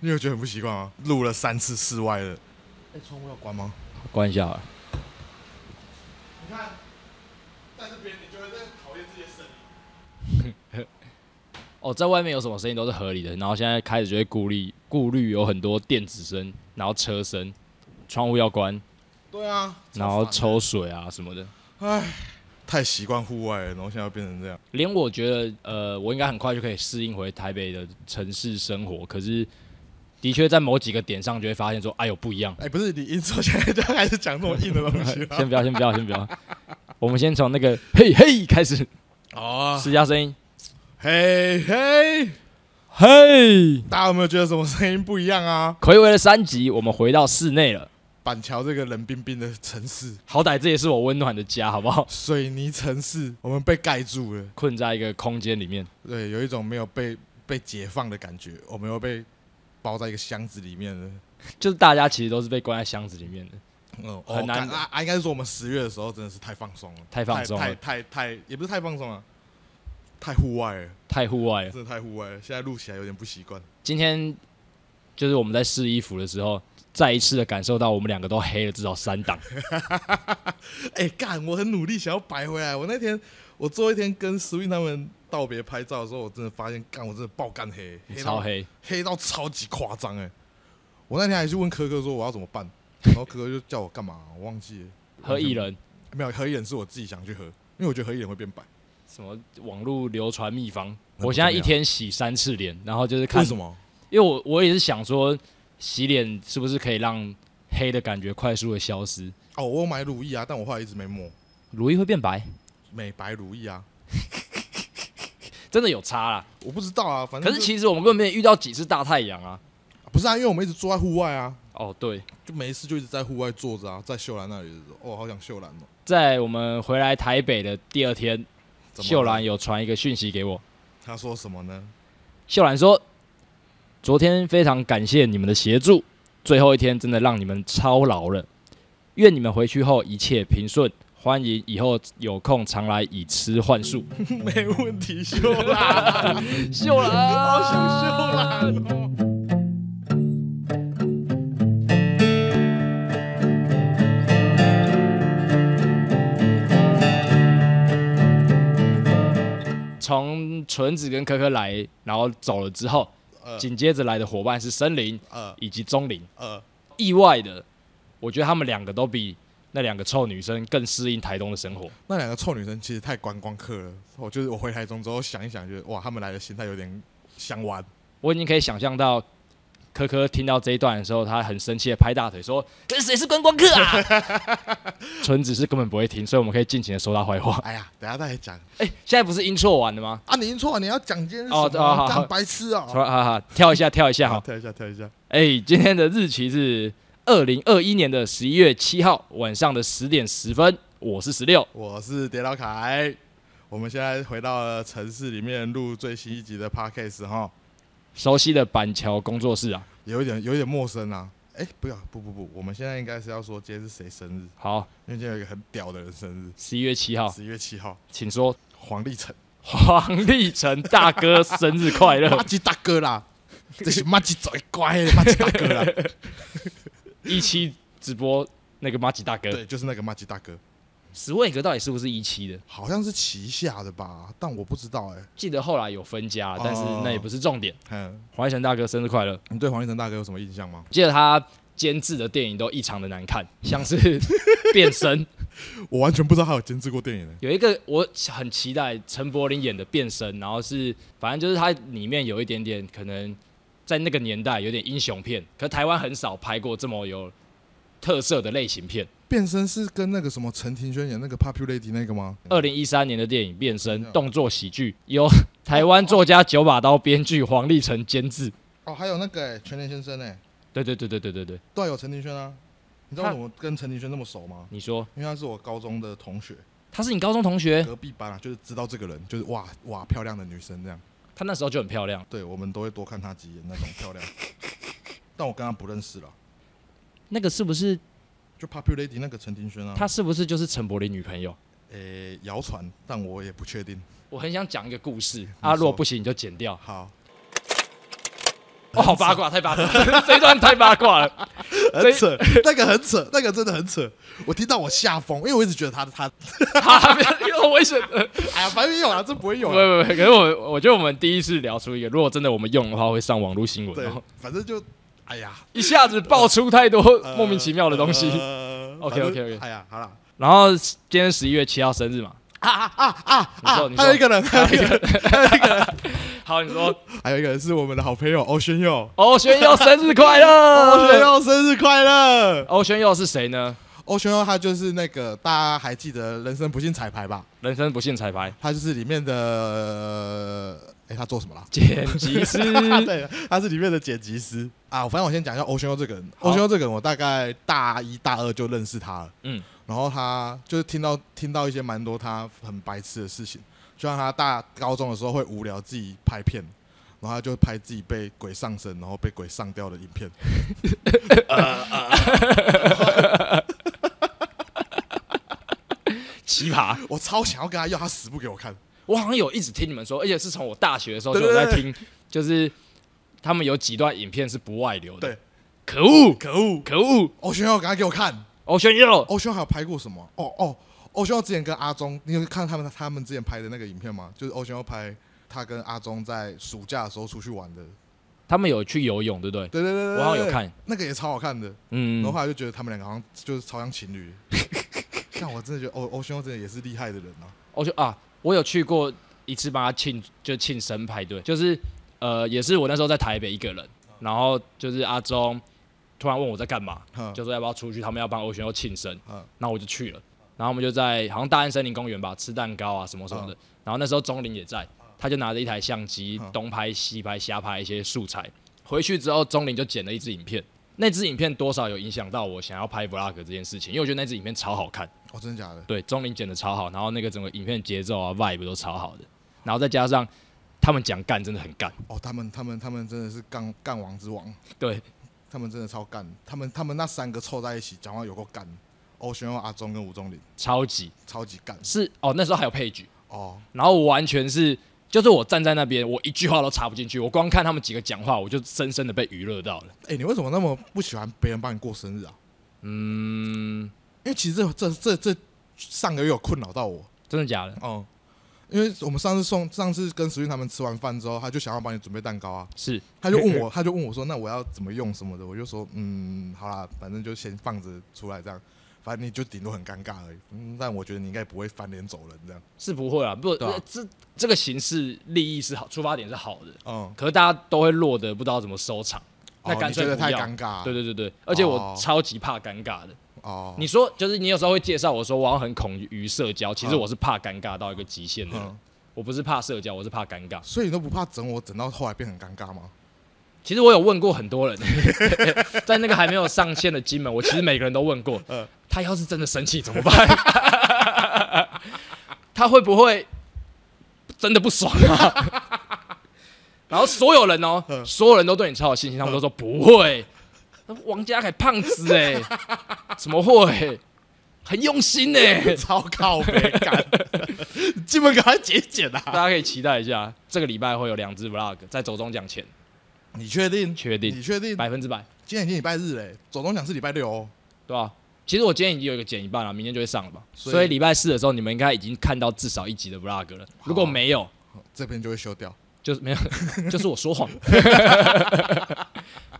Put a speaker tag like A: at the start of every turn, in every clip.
A: 你有觉得很不习惯吗？录了三次室外的，哎，窗户要关吗？
B: 关一下好了。
A: 你看，在这边你就会在讨厌这些声音。
B: 哦，在外面有什么声音都是合理的，然后现在开始就会顾虑顾虑有很多电子声，然后车声，窗户要关，
A: 对啊，
B: 然后
A: 超
B: 抽水啊什么的。
A: 烦的，哎，太习惯户外了，然后现在变成这样。
B: 连我觉得，呃，我应该很快就可以适应回台北的城市生活，可是的确在某几个点上就会发现说，哎呦不一样。
A: 哎，不是你一说现在就开始讲这种硬的东西啊了。
B: 先不要，先不要，先不 要。我们先从那个嘿嘿开始，
A: 哦，
B: 私家声音，
A: 嘿嘿，
B: 嘿。
A: 大家有没有觉得什么声音不一样啊？
B: 暌违了三集，我们回到室内了。
A: 板桥这个冷冰冰的城市，
B: 好歹这也是我温暖的家，好不好？
A: 水泥城市，我们被盖住了。
B: 困在一个空间里面，
A: 对，有一种没有被被解放的感觉，我们又被包在一个箱子里面了。
B: 就是大家其实都是被关在箱子里面的。
A: 嗯，
B: 很难
A: 感啊啊！应该是说我们十月的时候真的是太放松了，
B: 太放松了
A: 太太太太也不是太放松了，太户外了，
B: 太户外了。
A: 真的太户外了。现在录起来有点不习惯。
B: 今天就是我们在试衣服的时候，再一次的感受到我们两个都黑了至少三档。
A: 哎、干！我很努力想要白回来。我那天我最后一天跟 Swing 他们道别拍照的时候，我真的发现，干，我真的爆干 黑，
B: 你
A: 黑
B: 超
A: 到
B: 黑，
A: 黑到超级夸张哎！我那天还去问科科说我要怎么办，然后科科就叫我干嘛，我忘记了。
B: 喝薏仁，
A: 没有，合一人是我自己想去喝，因为我觉得合一人会变白。
B: 什么网络流传秘方。
A: 那不
B: 我现在
A: 重要
B: 一天洗三次脸，然后就是看
A: 为，什么？
B: 因为我我也是想说，洗脸是不是可以让黑的感觉快速的消失？
A: 哦，我有买乳液啊，但我后来一直没抹
B: 乳液会变白，
A: 美白乳液啊，
B: 真的有差啦。
A: 我不知道啊，反正
B: 可是
A: 就
B: 其实我们根本没遇到几次大太阳啊。
A: 不是啊，因为我们一直坐在户外啊，
B: 哦，对，
A: 就没事就一直在户外坐着啊，在秀兰那里的时候，哦，好想秀兰哦。
B: 在我们回来台北的第二天，
A: 怎么了
B: 秀兰有传一个讯息给我，
A: 他说什么 呢？
B: 秀兰说：“昨天非常感谢你们的协助，最后一天真的让你们操劳了。愿你们回去后一切平顺，欢迎以后有空常来以吃换宿。
A: 没问题， 秀 兰，”
B: 秀兰，
A: 好想秀兰哦。
B: 从纯子跟科科来，然后走了之后，
A: 呃
B: 紧接着来的伙伴是森林
A: 呃
B: 以及钟林。
A: 呃，
B: 意外的，我觉得他们两个都比那两个臭女生更适应台东的生活。
A: 那两个臭女生其实太观光客了。我就是我回台中之后想一想，觉得哇，他们来的心态有点想玩。
B: 我已经可以想象到科科听到这一段的时候，他很生气的拍大腿说：“跟谁是观光客啊？” 纯子是根本不会听，所以我们可以尽情的说他坏话。
A: 哎呀，等一下再来讲
B: 哎、现在不是音错完了吗？
A: 啊，你已经错了，你要讲今天是什
B: 哦
A: 么？
B: 哦好好
A: 干白痴啊！
B: 好好好，跳一下，跳一下哈。
A: 跳一下，跳一下。
B: 哎、今天的日期是二零二一年的十一月七号晚上的十点十分，我是十六。
A: 我是蝶老凯，我们现在回到了城市里面录最新一集的 podcast 哈，
B: 熟悉的板桥工作室啊，
A: 有一点有一点陌生啊。哎、不要，不不不，我们现在应该是要说今天是谁生日，
B: 好，
A: 因为今天有一个很屌的人生
B: 十一月七
A: 日，
B: 号，
A: 十一月七号，
B: 请说
A: 黄立 成，
B: 黄立成大哥生日快乐
A: 马，吉大哥啦，这是马吉最乖的马吉大哥 啦，
B: 一期直播那个马吉大哥。
A: 对，就是那个马吉大哥，
B: 十位格到底是不是一期的？
A: 好像是旗下的吧，但我不知道哎、
B: 记得后来有分家了，但是
A: 哦
B: 那也不是重点。
A: 嗯，
B: 黄一成大哥生日快乐！
A: 你对黄立成大哥有什么印象吗？
B: 记得他监制的电影都异常的难看，像是《变身》，
A: 我完全不知道他有监制过电影呢、
B: 有一个我很期待陈柏霖演的《变身》，然后是反正就是它里面有一点点可能在那个年代有点英雄片，可台湾很少拍过这么有特色的类型片。
A: 变身是跟那个什么陈庭轩演那个 Popular Lady 那个吗？
B: 二零一三年的电影《变身
A: 嗯》
B: 动作喜剧，由台湾作家九把刀编剧，黄立成监制。
A: 哦，还有那个、欸、全联先生哎、
B: 对对对对对对对，
A: 对，有陈庭轩啊。你知道
B: 他
A: 为什么跟陈庭轩那么熟吗？
B: 你说
A: 因为他是我高中的同学，
B: 他是你高中同学？
A: 隔壁班啊，就是知道这个人，就是哇哇漂亮的女生这样。
B: 她那时候就很漂亮，
A: 对，我们都会多看她几眼那种漂亮。但我跟她不认识了，
B: 那个是不是
A: 就 Popular Lady 那个陈庭轩啊，
B: 她是不是就是陈柏霖女朋友？
A: 诶谣传，但我也不确定。
B: 我很想讲一个故事啊，如果不行你就剪掉。
A: 好，
B: 哦，好八卦，太八卦了， 这一段太八卦了。
A: 很扯，那个很扯，那个真的很扯。我听到我吓疯，因为我一直觉得他他，
B: 哈，别又危险了。
A: 哎呀，反正有啊，这不会有
B: 不不
A: 啊。
B: 不，可是我我觉得我们第一次聊出一个，如果真的我们用的话，会上网络新闻，
A: 对
B: 然后，
A: 反正就，哎呀，
B: 一下子爆出太多
A: 呃
B: 莫名其妙的东西。
A: 呃
B: OK，OK，OK
A: 反正哎呀，好了。
B: 然后今天十一月七号生日嘛，
A: 啊啊啊
B: 你
A: 啊
B: 说
A: 啊！
B: 你说
A: 还有一个人，还有一个人，
B: 好，你说
A: 还有一个人是我们的好朋友欧轩佑，
B: 欧轩哦佑生日快乐！
A: 欧轩，佑生日快乐！
B: 欧轩佑是谁呢？
A: 欧轩佑他就是那个大家还记得《人生不幸彩排》吧？
B: 人生不幸彩排，
A: 他就是里面的，哎、他做什么啦？
B: 剪辑师。
A: 对，他是里面的剪辑师啊。反正我先讲一下欧轩佑这个人。
B: 好
A: 欧轩佑这个人，我大概大一大二就认识他了。
B: 嗯，
A: 然后他就是听到听到一些蛮多他很白痴的事情，就像他大高中的时候会无聊自己拍片，然后他就拍自己被鬼上身，然后被鬼上吊的影片。
B: 奇葩，
A: 我超想要跟他要，他死不给我看。
B: 我好像有一直听你们说，而且是从我大学的时候就
A: 对
B: 有
A: 对
B: 在
A: 对
B: 听，就是他们有几段影片是不外流的。
A: 对，
B: 可恶，
A: 可恶！
B: 可恶！哦
A: 欧轩佑，赶快给我看！
B: 欧轩佑，
A: 欧轩还有拍过什么？哦哦，欧轩之前跟阿忠，你有看他们他们之前拍的那个影片吗？就是欧轩拍他跟阿忠在暑假的时候出去玩的。
B: 他们有去游泳，对不对？
A: 对对对对，对
B: 我好像有，看，
A: 那个也超好看的。
B: 嗯
A: 然后，后来就觉得他们两个好像就是超像情 侣。看我真的觉得欧欧轩真的也是厉害的人啊！
B: 欧轩啊，我有去过一次帮他庆，就庆生派对，就是呃，也是我那时候在台北一个人，然后就是阿忠突然问我在干嘛，
A: 哈
B: 就说要不要出去，他们要帮欧轩佑庆生，
A: 嗯
B: 然后我就去了，然后我们就在好像大安森林公园吧，吃蛋糕啊什么什么的，然后那时候钟林也在，他就拿着一台相机
A: 嗯
B: 东拍西拍瞎拍一些素材，回去之后钟林就剪了一支影片，那支影片多少有影响到我想要拍 vlog 这件事情，因为我觉得那支影片超好看，
A: 哦，真的假的？
B: 对，钟林剪的超好，然后那个整个影片节奏啊 vibe 都超好的，然后再加上他们讲干真的很干，
A: 哦，他们他们他们真的是干干王之王，
B: 对，
A: 他们真的超干。他们他们那三个凑在一起讲话有够干，欧轩阿忠跟吴宗林
B: 超级
A: 超级干
B: 是哦，那时候还有配角。
A: 哦。
B: 然后我完全是，就是我站在那边，我一句话都插不进去，我光看他们几个讲话，我就深深的被娱乐到了。
A: 哎、你为什么那么不喜欢别人帮你过生日啊？
B: 嗯，
A: 因为其实这这这这上个月有困扰到我
B: 真的假的？
A: 哦、因为我们上次送上次跟石韵他们吃完饭之后，他就想要帮你准备蛋糕啊，
B: 是
A: 他就 问我，他就问我说，那我要怎么用什么的，我就说，嗯，好啦，反正就先放着出来这样，反正你就顶多很尴尬而已。嗯，但我觉得你应该不会翻脸走人这样。
B: 是不会啊，不，
A: 对啊
B: 这这个形式利益是好，出发点是好的，
A: 嗯，
B: 可是大家都会落得不知道怎么收场，那
A: 哦
B: 干
A: 你
B: 脆
A: 觉
B: 不
A: 得
B: 要。
A: 太尴尬，
B: 对对对对，而且我
A: 啊哦
B: 超级怕尴尬的。
A: 哦，
B: 你说，就是你有时候会介绍我说我好像很恐于社交，其实
A: 嗯
B: 我是怕尴尬到一个极限的人。
A: 嗯
B: 我不是怕社交，我是怕尴尬。
A: 所以你都不怕整我整到后来变很尴尬吗？
B: 其实我有问过很多人， 在那个还没有上线的金门，我其实每个人都问过，
A: 嗯
B: 他要是真的生气怎么办？ 他会不会真的不爽啊？ 然后所有人哦，
A: 嗯
B: 所有人都对你超有信心，他们都说不会。那王家凯胖子哎、 怎么会？很用心欸 呢、
A: 超靠北 感，基本给他解解啦
B: 大。家可以期待一下，这个礼拜会有两支 vlog 在走中奖前，
A: 你确定？
B: 确定
A: 你确定？
B: 百分之百，
A: 今天已经礼拜日嘞，走中奖是礼拜六哦。
B: 对吧、其实我今天已经有一个剪一半了，明天就会上了吧。
A: 所以
B: 所以礼拜四的时候，你们应该已经看到至少一集的 vlog 了。如果没有，
A: 哦这边就会修掉。
B: 就是 没有，就是我说谎。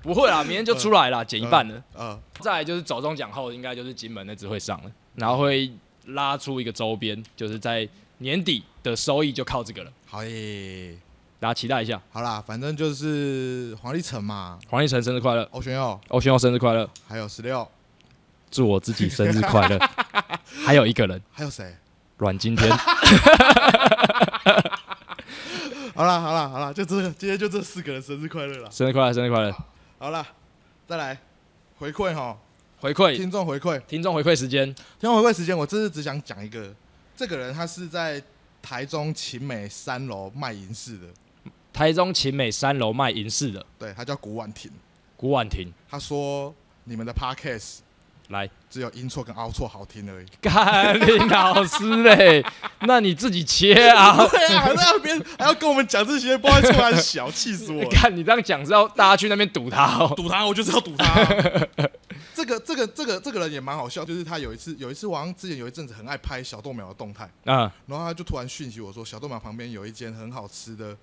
B: 不会啦，明天就出来啦，剪一半了。
A: 呃，
B: 再来就是走中奖后，应该就是金门那只会上了，然后会拉出一个周边，就是在年底的收益就靠这个了。
A: 好耶，
B: 大家期待一下，
A: 好啦，反正就是黄立成嘛，
B: 黄一晨生日快乐，
A: 欧玄佑，
B: 欧轩佑生日快乐，
A: 还有十六，
B: 祝我自己生日 快乐。还有一个人，
A: 还有谁？
B: 阮 经天，
A: 好啦，好啦，好啦，就这个，今天就这四个人生日快乐啦。
B: 生日快乐，生日快乐。
A: 好啦，再来回馈哈，
B: 回馈
A: 听众回馈，
B: 听众回馈时间，
A: 听众回馈时间，我这次只想讲一个，这个人他是在台中勤美三楼卖银饰的，
B: 台中勤美三楼卖银饰的
A: 对他叫古婉婷，
B: 古婉婷，
A: 他说你们的 podcast
B: 来，
A: 只有音错跟凹错好听而已。
B: 干林老师嘞， 那你自己切啊！
A: 对啊， 还在那边还要跟我们讲这些，不知道出来小，气死我
B: 你
A: 了！
B: 看你这样讲是要大家去那边堵他哦。
A: 赌他，我就是要赌他、 这个这个这个这个人也蛮好笑，就是他有一次有一次，我好像之前有一阵子很爱拍小豆苗的动态，
B: 嗯，
A: 然后他就突然讯息我说，小豆苗旁边有一间很好吃的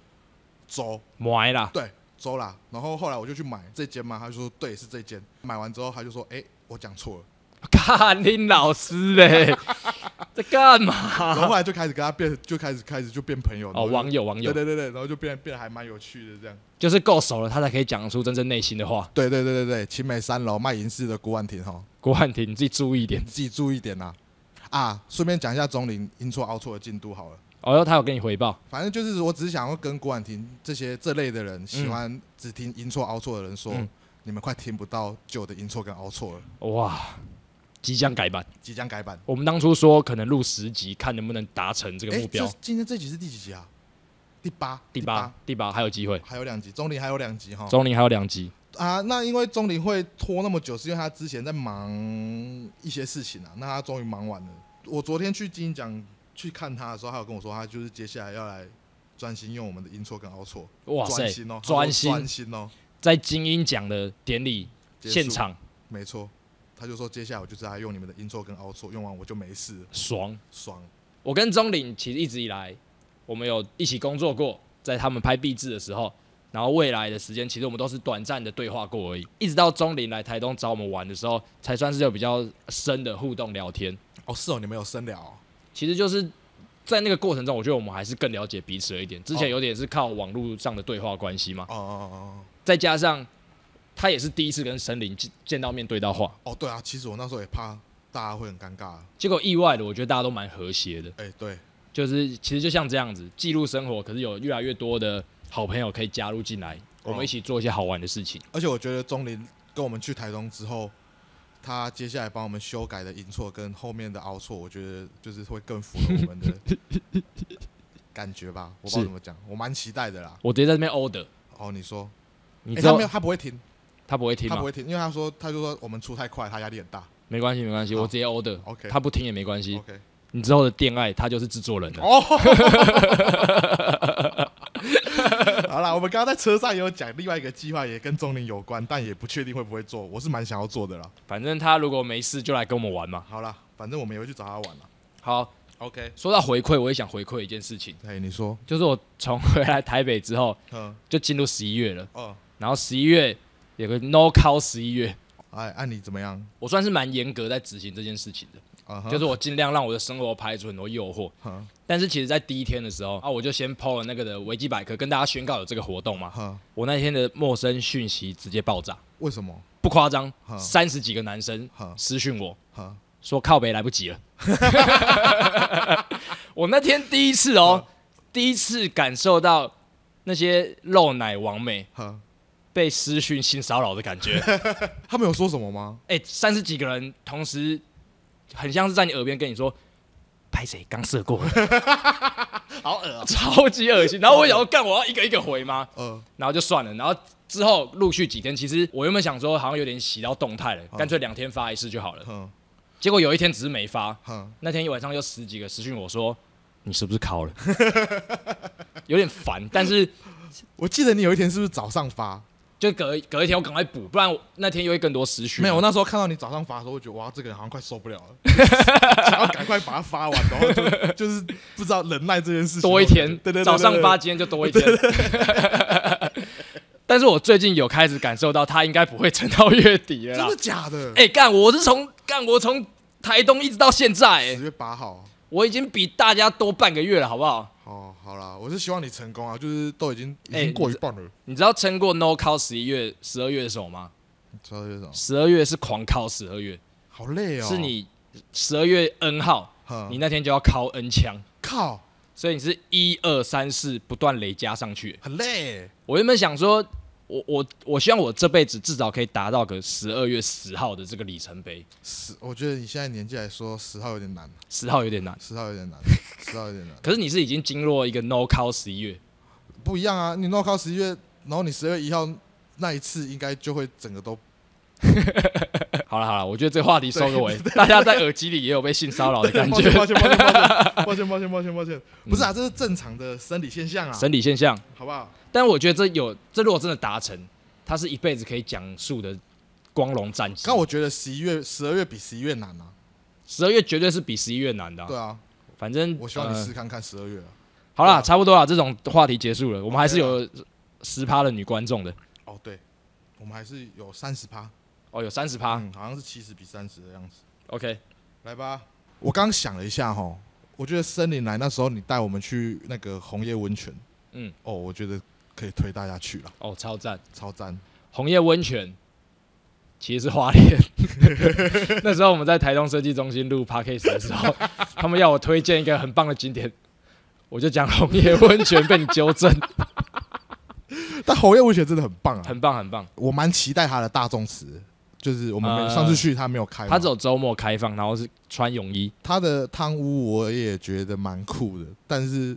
A: 粥，
B: 埋啦，
A: 对粥啦。然后后来我就去买这间嘛，他就说对是这间。买完之后他就说，哎、我讲错了。
B: 干林老 师嘞，在干嘛
A: 然？后后来就开始跟他变，就开始开始就变朋友
B: 哦，网
A: 友，
B: 友网
A: 对
B: 友，
A: 对对对，然后就变变得还蛮有趣的这样。
B: 就是够熟了，他才可以讲出真正内心的话。
A: 对对对对对，青梅三楼卖银饰的郭婉婷哈，
B: 郭汉庭，你自己注意一点。
A: 自己注意点啦、啊。啊，顺便讲一下钟林阴错凹错的进度好了。
B: 哦，他有跟你回报，
A: 反正就是，我只是想要跟郭婉婷这些这类的人，喜欢只听音错凹错的人说，
B: 嗯
A: 你们快听不到旧的音错跟凹错了，
B: 哇，即将改版。
A: 即将改版。
B: 我们当初说可能录十集，看能不能达成这个目
A: 诶
B: 标
A: 这。今天这集是第几集啊？第八，哦
B: 第八，第八还有机会。
A: 还有两集，钟林还有两集哈。
B: 钟林还有两集，
A: 啊，那因为钟林会拖那么久，是因为他之前在忙一些事情啊。那他终于忙完了。我昨天去金鹰奖去看他的时候，他有跟我说，他就是接下来要来专心用我们的音错跟凹错，
B: 哇塞
A: 专，心哦，他说
B: 专心
A: 专心哦，
B: 在精英奖的典礼
A: 结束
B: 现场
A: 没错。他就说，接下来我就是来用你们的音错跟凹错，用完我就没事了，
B: 爽。
A: 爽。
B: 我跟钟林其实一直以来，我们有一起工作过，在他们拍壁纸的时候，然后未来的时间其实我们都是短暂的对话过而已，一直到钟林来台东找我们玩的时候，才算是有比较深的互动聊天。
A: 哦，是哦，你们有深聊、哦，
B: 其实就是在那个过程中，我觉得我们还是更了解彼此了一点。之前有点是靠网络上的对话关系嘛，
A: 哦哦
B: 再加上他也是第一次跟森林见见到面对到话，
A: 哦哦，对啊，其实我那时候也怕大家会很尴尬。啊
B: 结果意外的，我觉得大家都蛮和谐的。
A: 哎、对，
B: 就是其实就像这样子，记录生活，可是有越来越多的好朋友可以加入进来，我
A: 哦
B: 们一起做一些好玩的事情。
A: 而且我觉得钟林跟我们去台东之后，他接下来帮我们修改的音错跟后面的凹错，我觉得就是会更符合我们的 感觉吧。我不知道
B: 是
A: 怎么讲，我蛮期待的啦。
B: 我直接在那边 order，
A: 哦，你说，
B: 你
A: 诶
B: 知
A: 他
B: 道、
A: 没有，他不会停，
B: 他不会听
A: 他不
B: 吗？
A: 会停，因为他说，他就说我们出太快，他压力很大。
B: 没关系，没关系，
A: 好
B: 我直接 order。
A: 哦 OK 哦
B: 他不听也没关系。
A: OK，
B: 你之后的恋爱，他就是制作人了。
A: 哦， 好啦，我们刚刚在车上也有讲另外一个计划，也跟钟林有关，但也不确定会不会做，我是蛮想要做的啦。
B: 反正他如果没事就来跟我们玩嘛。
A: 好啦，反正我们也会去找他玩啦。
B: 好，
A: OK，
B: 说到回馈，我也想回馈一件事情，
A: 哎，你说，
B: 就是我从回来台北之后，
A: 嗯，
B: 就进入十一月了，
A: 哦，
B: 然后十一月有个 no call 十一月，
A: 哎，按、你怎么样？
B: 我算是蛮严格在执行这件事情的。
A: 啊哈，
B: 就是我尽量让我的生活排除很多诱惑。
A: 哈
B: 但是其实，在第一天的时候啊，我就先 PO 了那个的维基百科，跟大家宣告有这个活动嘛。
A: 哈，
B: 我那天的陌生讯息直接爆炸，
A: 啊为什么？
B: 不夸张
A: 嗯，
B: 三十几个男生
A: 嗯
B: 私讯我
A: 哈，
B: 说靠北来不 及了。我那天第一次哦，第一次感受到那些肉奶王美
A: 哈，
B: 被私讯性骚扰的感觉。
A: 他们有说什么吗？
B: 哎、三十几个人同时，很像是在你耳边跟你说。拍谁？刚射 过了，
A: 好恶啊！
B: 超级恶心。然后我想说，干，我要一个一个回吗？
A: 呃，
B: 然后就算了。然后之后陆续几天，其实我原本想说好像有点洗到动态了，干脆两天发一次就好了。
A: 哼
B: 结果有一天只是没发，
A: 哼，
B: 那天一晚上有十几个私讯我说你是不是考了， 有点烦。但是
A: 我记得你有一天是不是早上发？
B: 就隔隔一天我赶快补，不然我那天又会更多私讯。
A: 没有，我那时候看到你早上发的时候，我觉得哇，这个人好像快受不了 了，想要赶快把它发完，然后就就是不知道忍耐这件事情
B: 多一天，
A: 对对，对
B: 早上发，
A: 对
B: 今天就多一天。 但是我最近有开始感受到，他应该不会撑到月底了
A: 对
B: 啦
A: 真的。假的？
B: 哎、干！我是从干我从台东一直到现在、哎
A: 十月八号，
B: 我已经比大家多半个月了，好不好？
A: 哦，好啦，我是希望你成功啊，就是都已经已
B: 哎
A: 经过一半了，
B: 你知道撑过 No Call 十一月、十二月的时候吗？
A: 知道这种，
B: 十二月是狂 Call 十二月，
A: 好累哦，嗯
B: 是你十二月 N 号，
A: 哼，
B: 你那天就要 Call N 枪，
A: 靠，
B: 所以你是一二三四不断累加上去。
A: 很累，
B: 我原本想说，我我我希望我这辈子至少可以达到个十二月十号的这个里程碑。
A: 十，我觉得你现在年纪来说，十号有点难，
B: 十号有点难，
A: 十号有点难，十号有点难。
B: 可是你是已经经过一个 No Call 十一月，
A: 不一样啊！你 no call 十一月，然后你十月一号那一次应该就会整个都
B: 好了好了，我觉得这话题收个尾，大家在耳机里也有被性骚扰 的感
A: 抱
B: 觉嗯
A: 歉，抱歉，抱 歉，抱歉，抱歉，抱歉，抱歉，不是啊，这是正常的生理现象啊，
B: 生理现象。
A: 好不好？
B: 但我觉得这有，这如果真的达成，它是一辈子可以讲述的光荣战绩。
A: 但我觉得十一月、十二月比十一月难啊。
B: 十二月绝对是比十一月难的啊、
A: 对啊，
B: 反正
A: 我希望你
B: 呃
A: 试看看十二月啊。
B: 好
A: 对
B: 啦，
A: 啊
B: 差不多啦，这种话题结束了，我们还是有十趴的女观众的。
A: 哦，对，我们还是有三十趴，
B: 哦，有三十趴
A: 嗯，好像是七十比三十的样子。
B: ，OK，
A: 来吧，我刚想了一下哈，我觉得森林来那时候你带我们去那个红叶温泉，
B: 嗯，
A: 哦，我觉得可以推大家去了，
B: 哦，超赞。
A: 超赞。
B: 红叶温泉其实是花 莲，那时候我们在台东设计中心录 podcast 的时候， 他们要我推荐一个很棒的景点，我就讲红叶温泉，被你纠 正，
A: 但红叶温泉真的很棒啊，
B: 很棒很棒。
A: 我蛮期待它的大众池，就是我们没、
B: 呃
A: 上次去它没有开嘛，
B: 它只有周末开放，然后是穿泳衣，
A: 它的汤屋我也觉得蛮酷的，但是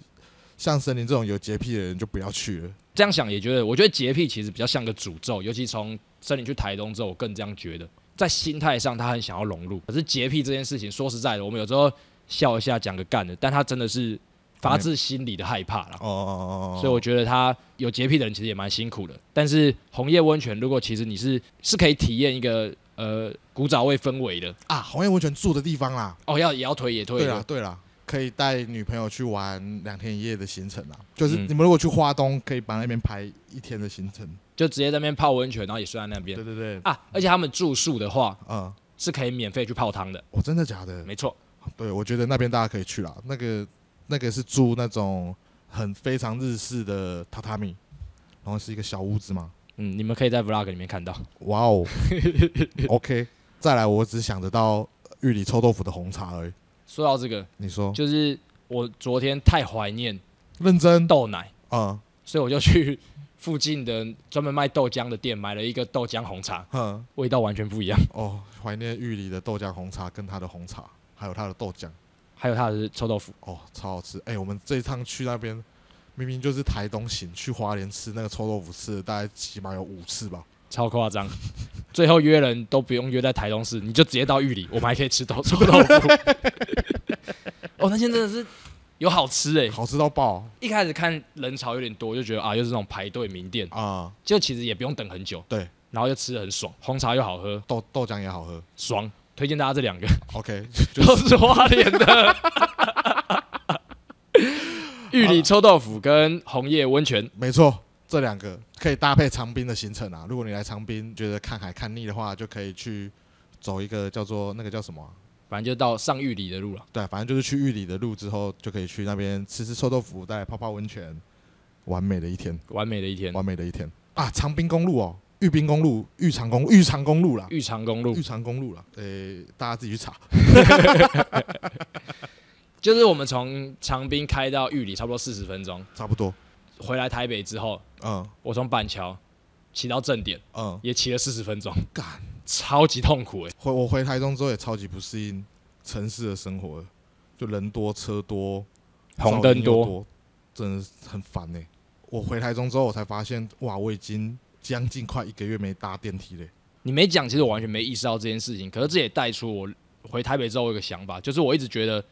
A: 像森林这种有洁癖的人就不要去了。
B: 这样想也觉得，我觉得洁癖其实比较像个诅咒，尤其从森林去台东之后，我更这样觉得，在心态上他很想要融入，可是洁癖这件事情，说实在的，我们有时候笑一下讲个干的，但他真的是发自心里的害怕啦。
A: 哦哦哦哦，
B: 啊所以我觉得他有洁癖的人其实也蛮辛苦的。但是红叶温泉，如果其实你是是可以体验一个呃古早味氛围的
A: 啊，红叶温泉住的地方啦，
B: 哦，要也要推也推
A: 对啊
B: 的
A: 啦，对啦，可以带女朋友去玩两天一夜的行程啦。啊就是
B: 嗯
A: 你们如果去花东，可以把那边排一天的行程。
B: 就直接在那边泡温泉，然后也睡在那边
A: 对对对，
B: 啊。而且他们住宿的话
A: 嗯，
B: 是可以免费去泡汤的，
A: 哦，真的假的？
B: 没错。
A: 对，我觉得那边大家可以去啦。那个那个是住那种很非常日式的榻榻米，然后是一个小屋子嘛。
B: 嗯，你们可以在 vlog 里面看到。
A: 哇 哦，OK。再来，我只想得到玉里臭豆腐的红茶而已。
B: 说到这个，
A: 你说
B: 就是我昨天太怀念
A: 认真？
B: 豆奶，
A: 嗯
B: 所以我就去附近的专门卖豆浆的店买了一个豆浆红茶，
A: 哼，
B: 味道完全不一样。
A: 哦，怀念玉里的豆浆红茶跟它的红茶，还有它的豆浆。
B: 还有它的臭豆腐，
A: 哦，超好吃！哎、我们这一趟去那边，明明就是台东行，去花莲吃那个臭豆腐，吃了大概起码有五次吧。
B: 超夸张。最后约人都不用约在台东市，你就直接到玉里，我们还可以吃豆臭豆腐。 哦，那间真的是有好吃哎、
A: 好吃到爆哦
B: 一开始看人潮有点多，就觉得啊，又是那种排队名店，
A: 啊、
B: 就其实也不用等很久。
A: 对，
B: 然后就吃的很爽，红茶又好喝，
A: 豆豆浆也好喝。
B: 爽。推荐大家这两个
A: OK，
B: 都是花莲的。 玉里臭豆腐跟红叶温泉，
A: 没错，这两个可以搭配长滨的行程啊。如果你来长滨觉得看海看腻的话，就可以去走一个叫做那个叫什么啊、
B: 反正就到上玉里的路了。
A: 对啊，反正就是去玉里的路之后，就可以去那边吃吃臭豆腐，再来泡泡温泉，完美的一天，
B: 完美的一天，
A: 完美的一天啊！长滨公路哦，玉滨公路、玉长公路、玉长公路啦，
B: 玉长公路
A: 玉长公路了，诶、大家自己去查。
B: 就是我们从长滨开到玉里，差不多四十分钟。
A: 差不多，
B: 回来台北之后，
A: 嗯
B: 我从板桥骑到正点，
A: 嗯，
B: 也骑了四十分钟，
A: 干，
B: 超级痛苦哎、
A: 回我回台中之后也超级不适应城市的生活了，就人多车多，
B: 红灯
A: 噪音又
B: 多
A: 多，真的是很烦呢、我回台中之后，我才发现，哇，我已经将近快一个月没搭电梯嘞、
B: 你没讲，其实我完全没意识到这件事情。可是这也带出我回台北之后我有一个想法，就是我一直觉得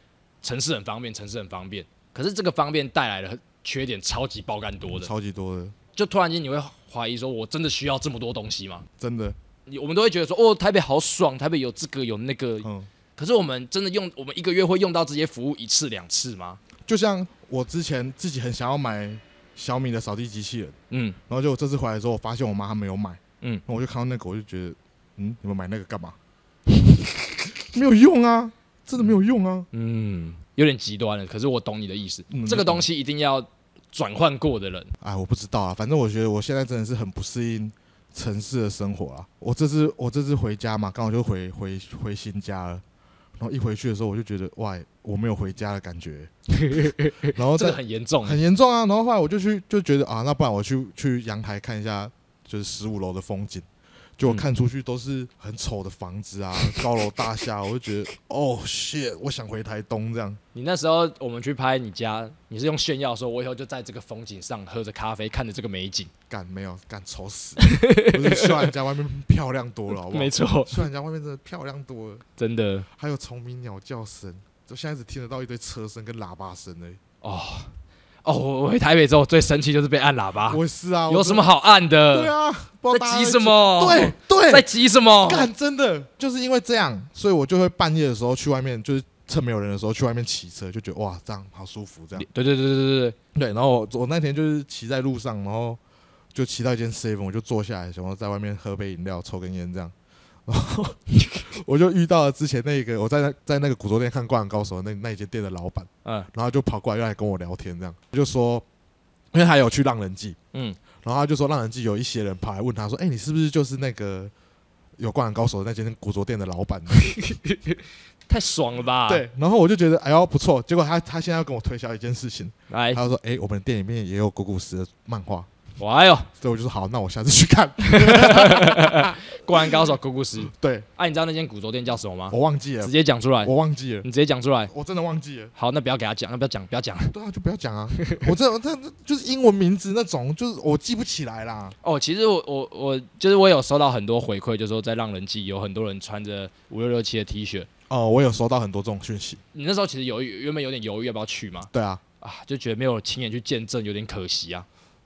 B: 城市很方便，城市很方便。可是这个方便带来的缺点超级爆干多的，
A: 超级多的，
B: 就突然间你会怀疑说，我真的需要这么多东西吗？
A: 真的，
B: 你我们都会觉得说，哦，台北好爽，台北有这个有那个。
A: 嗯，
B: 可是我们真的用，我们一个月会用到这些服务一次两次吗？
A: 就像我之前自己很想要买小米的扫地机器人，
B: 嗯，
A: 然后就我这次回来之后，我发现我妈她没有买，
B: 嗯
A: 然后我就看到那个，我就觉得，嗯，你们买那个干嘛？没有用啊，真的没有用啊。
B: 嗯，有点极端了，可是我懂你的意思。
A: 嗯
B: 这个东西一定要转换过的人，
A: 哎，我不知道啊，反正我觉得我现在真的是很不适应城市的生活啊。我这次我这次回家嘛，刚好就回回回新家了，然后一回去的时候我就觉得，哇，我没有回家的感觉，然后
B: 这
A: 再
B: 个很严重。
A: 很严重啊。然
B: 嗯
A: 后后来我就去就觉得啊，那不然我去去阳台看一下，就是十五楼的风景。就我看出去都是很丑的房子啊， 高楼大厦，我就觉得哦 shit，我想回台东这样。
B: 你那时候我们去拍你家，你是用炫耀说，我以后就在这个风景上喝着咖啡，看着这个美景。
A: 干没有干丑死了，我就希望人家外面漂亮多了，好不好
B: 没？错，
A: 希望人家外面真的漂亮多了，
B: 真的
A: 还有虫鸣鸟叫声，就现在只听得到一堆车声跟喇叭声而已。
B: 哦哦，我我回台北之后最生气就是被按喇叭，
A: 我也是啊，我
B: 有
A: 真
B: 什么好按的？
A: 对啊，不知道大
B: 在
A: 家
B: 急什？么？
A: 对，对，
B: 在急什么？
A: 干真的就是因为这样，所以我就会半夜的时候去外面，就是趁没有人的时候去外面骑车，就觉得哇，这样好舒服，这样
B: 对对对对对对，
A: 对。然后我我那天就是骑在路上，然后就骑到一间 seven，我就坐下来，想要在外面喝杯饮料、抽根烟这样。然后 我就遇到了之前那个我在那在那个古着店看《灌篮高手》的那那一间店的老板，
B: 嗯
A: 然后就跑过来又来跟我聊天，这样就说，因为他有去浪人记，
B: 嗯，
A: 然后他就说浪人记有一些人跑来问他说：“哎、你是不是就是那个有灌篮高手的那间古着店的老板呢？”
B: 太爽了吧？，
A: 对，然后我就觉得哎呦不错，结果他他现在要跟我推销一件事情，
B: 来
A: 他，就说：“哎、我们店里面也有古古时的漫画。
B: 我哎呦，”
A: 所以我就说好，那我下次去看。
B: 灌篮高手咕咕石，
A: 对
B: 哎，你知道那间古着店叫什么吗？
A: 我忘记了
B: 直，接讲出来，
A: 我忘记了，
B: 你直接讲出来。
A: 我真的忘记了。
B: 好，那不要给他讲，那不要讲，不要讲。
A: 对啊，就不要讲啊，我这这这就是英文名字那种，就是我记不起来啦。
B: 哦，其实我我我就是我有收到很多回馈，就说在浪人记有很多人穿着五六六七的 T 恤。
A: 哦，我有收到很多这种讯息。
B: 你那时候其实犹豫，原本有点犹豫要不要去嘛，
A: 对啊，
B: 啊，就觉得没有亲眼去见证，有点可惜啊。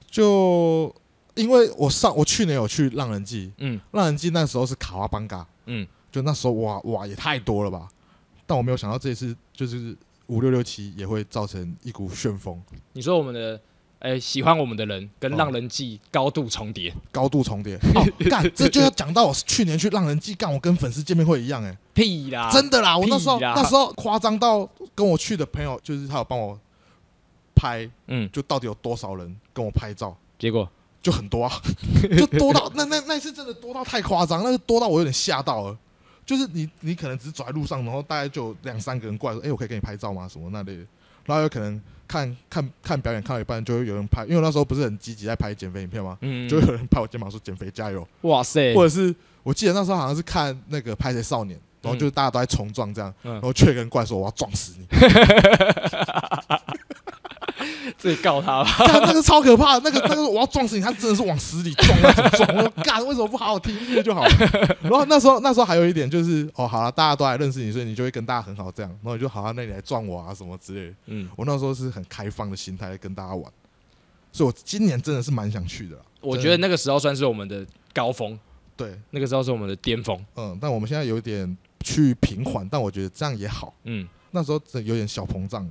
A: 就因为我上我去年有去浪人记，
B: 嗯
A: 浪人记那时候是卡哇邦嘎，
B: 嗯，
A: 就那时候哇哇也太多了吧！但我没有想到这一次就是五六六七也会造成一股旋风，
B: 你说我们的，哎、喜欢我们的人跟
A: 哦
B: 浪人记高度重叠，
A: 高度重 叠。哦，干，这就要讲到我去年去浪人记干我跟粉丝见面会一样、欸，
B: 屁啦，
A: 真的啦！我那时候
B: 啊屁啦
A: 那时候夸张到跟我去的朋友，就是他有帮我拍，
B: 嗯，
A: 就到底有多少人跟我拍照，
B: 结果
A: 就很多 啊，就多到那那那一次真的多到太夸张，那个多到我有点吓到了。就是你你可能只是走在路上，然后大概就有两三个人过来说：“哎、我可以给你拍照吗？”什么那类的。然后有可能看看看表演看到一半，就会有人拍，因为我那时候不是很积极在拍减肥影片吗？
B: 嗯，
A: 就会有人拍我肩膀说：“减肥加油。
B: 哇塞，
A: 或者是我记得那时候好像是看那个《拍谁少年》，然后就是大家都在冲撞这样，
B: 嗯
A: 然后却有一个人过来说：“我要撞死你。
B: 自己 告他吧。
A: 干那个超可怕，那个那个我要撞死你，他真的是往死里撞那种撞。我说干，为什么不好好听音乐就好了？然后那时候那时候还有一点就是，哦，好了，大家都来认识你，所以你就会跟大家很好这样。然后你就好啊，那你来撞我啊什么之类的。
B: 嗯，
A: 我那时候是很开放的心态跟大家玩，所以我今年真的是蛮想去的啦。
B: 我觉得那个时候算是我们的高峰，
A: 对，
B: 那个时候是我们的巅峰。
A: 嗯，但我们现在有点去平缓，但我觉得这样也好。
B: 嗯，
A: 那时候真的有点小膨胀，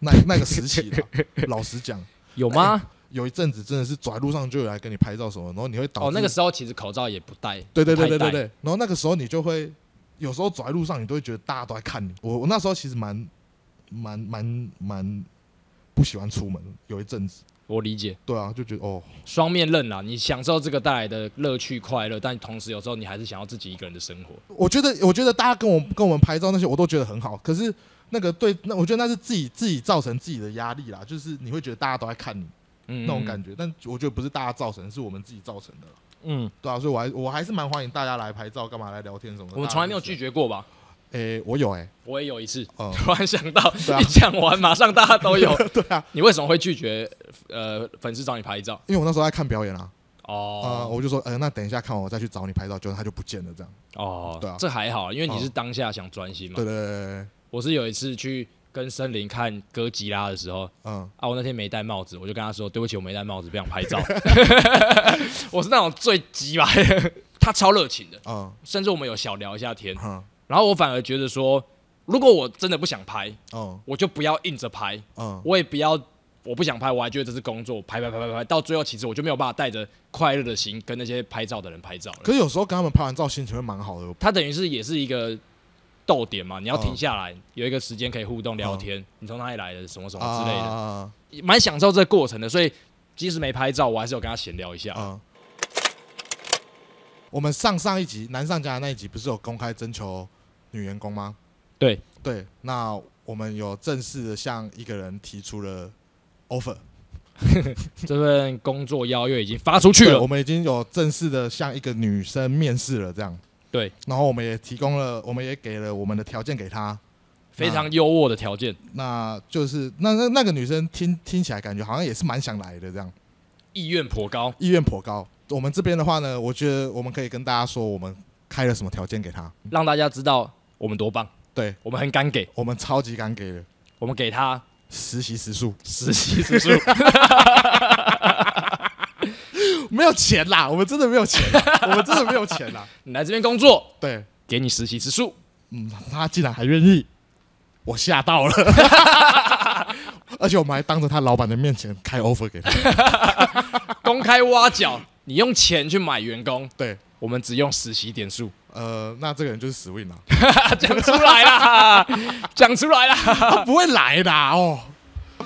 A: 那那个时 期啦，老实讲。
B: 有吗？
A: 有一阵子真的是走在路上就有来跟你拍照什么，然后你会导致
B: 哦，那个时候其实口罩也不戴。
A: 对对对
B: 不太
A: 对
B: 戴
A: 对对。然后那个时候你就会，有时候走在路上，你都会觉得大家都在看你。我我那时候其实蛮蛮蛮蛮不喜欢出门，有一阵子。
B: 我理解，
A: 对啊，就觉得哦，
B: 双面刃啦，你享受这个带来的乐趣快乐，但同时有时候你还是想要自己一个人的生活。
A: 我觉得我觉得大家跟我跟我们拍照那些，我都觉得很好。可是那个对，那我觉得那是自己自己造成自己的压力啦，就是你会觉得大家都在看你
B: 嗯，
A: 那种感觉。但我觉得不是大家造成，是我们自己造成的啦。
B: 嗯，
A: 对啊，所以我还我还是蛮欢迎大家来拍照，干嘛来聊天什么的。
B: 我们从来没有拒
A: 绝。
B: 绝 过吧？
A: 诶、我有诶、
B: 我也有一次，
A: 哦
B: 突然想到，
A: 对啊
B: 一讲完马上大家都有。
A: 对啊，
B: 你为什么会拒绝呃粉丝找你拍照？
A: 因为我那时候在看表演啊，啊、
B: 哦
A: 我就说，呃，那等一下看完我再去找你拍照，就他就不见了，这样。
B: 哦，
A: 对啊
B: 这还好，因为你是当下想专心嘛。
A: 对对对对对，
B: 我是有一次去跟森林看哥吉拉的时候，
A: 嗯，
B: 啊，我那天没戴帽子，我就跟他说：“对不起，我没戴帽子，不想拍 照。” 我是那种最急吧，他超热情的，
A: 嗯，
B: 甚至我们有小聊一下天。
A: 嗯，
B: 然后我反而觉得说，如果我真的不想拍，
A: 嗯，
B: 我就不要硬着拍，
A: 嗯，
B: 我也不要我不想拍，我还觉得这是工作，拍拍拍拍拍，到最后其实我就没有办法带着快乐的心跟那些拍照的人拍照了。
A: 可是有时候跟他们拍完照，心情会蛮好的。
B: 他等于是也是一个逗点嘛，你要停
A: 嗯
B: 下来，有一个时间可以互动聊天，你从哪里来的，什么什么之类的。
A: 啊
B: 蛮享受这个过程的，所以即使没拍照，我还是有跟他闲聊一下。
A: 啊！我们上上一集南上家的那一集不是有公开征求女员工吗？
B: 对
A: 对，那我们有正式的向一个人提出了 offer，
B: 这份工作邀约已经发出去
A: 对
B: 了
A: 我。们已经有正式的向一个女生面试了，这样。
B: 对，
A: 然后我们也提供了，我们也给了我们的条件给她，
B: 非常优渥的条件，
A: 那就是那那那个女生听听起来感觉好像也是蛮想来的，这样
B: 意愿颇高。
A: 意愿颇高。我们这边的话呢，我觉得我们可以跟大家说，我们开了什么条件给她，
B: 让大家知道我们多棒，
A: 对
B: 我们很敢给，
A: 我们超级敢给的
B: 我们给他
A: 实习时数，
B: 实习时数，
A: 没有钱啦，我们真的没有钱，我们真的没有钱啦。
B: 你来这边工作，
A: 对，
B: 给你实习时数。
A: 嗯，他竟然还愿意，我吓到了， 而且我们还当着他老板的面前开 offer 给他。
B: 公开挖角，你用钱去买员工，
A: 对，
B: 我们只用实习点数，
A: 呃，那这个人就是死 win 啦，
B: 啊讲出来啦， 讲出来啦。
A: 他 不会来的啊哦。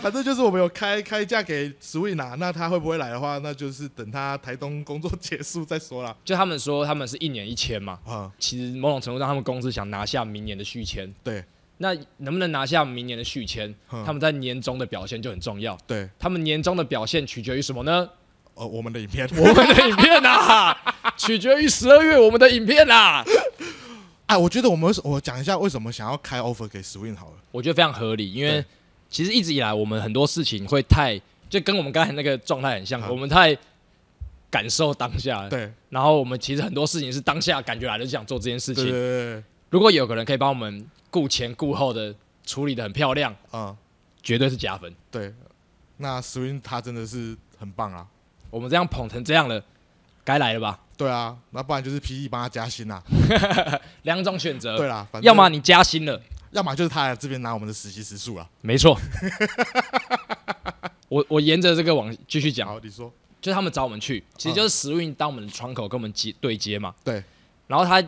A: 反正就是我们有开开价给 Swin 啊，那他会不会来的话，那就是等他台东工作结束再说啦。
B: 就他们说他们是一年一签嘛，
A: 啊、
B: 其实某种程度上他们公司想拿下明年的续签，
A: 对
B: 那能不能拿下明年的续签，
A: 嗯
B: 他们在年终的表现就很重要。
A: 对，
B: 他们年终的表现取决于什么呢？
A: 呃，我们的影片
B: 我们的影片啊，取决于十二月我们的影片啊，
A: 哎，我觉得我们为什我讲一下为什么想要开 offer 给 Swin 好了。
B: 我觉得非常合理，因为
A: 对
B: 其实一直以来我们很多事情会太就跟我们刚才那个状态很像，
A: 啊
B: 我们太感受当下，
A: 对
B: 然后我们其实很多事情是当下感觉来了就想做这件事
A: 对对
B: 情。
A: 对，
B: 如果有个人可以帮我们顾前顾后的处理的很漂亮，
A: 啊、嗯
B: 绝对是加分。
A: 对，那 Swin 他真的是很棒啊。
B: 我们这样捧成这样了，该来了吧？
A: 对啊，那不然就是 PE 帮他加薪啦、
B: 两种选择，
A: 对啊啦，反正
B: 要么你加薪了，
A: 要么就是他来这边拿我们的实习时数啊啦。
B: 没错。 我我沿着这个往继续讲，
A: 好，你说，
B: 就是他们找我们去，其实就是时运当我们的窗口跟我们接对接嘛。
A: 嗯对。
B: 然后他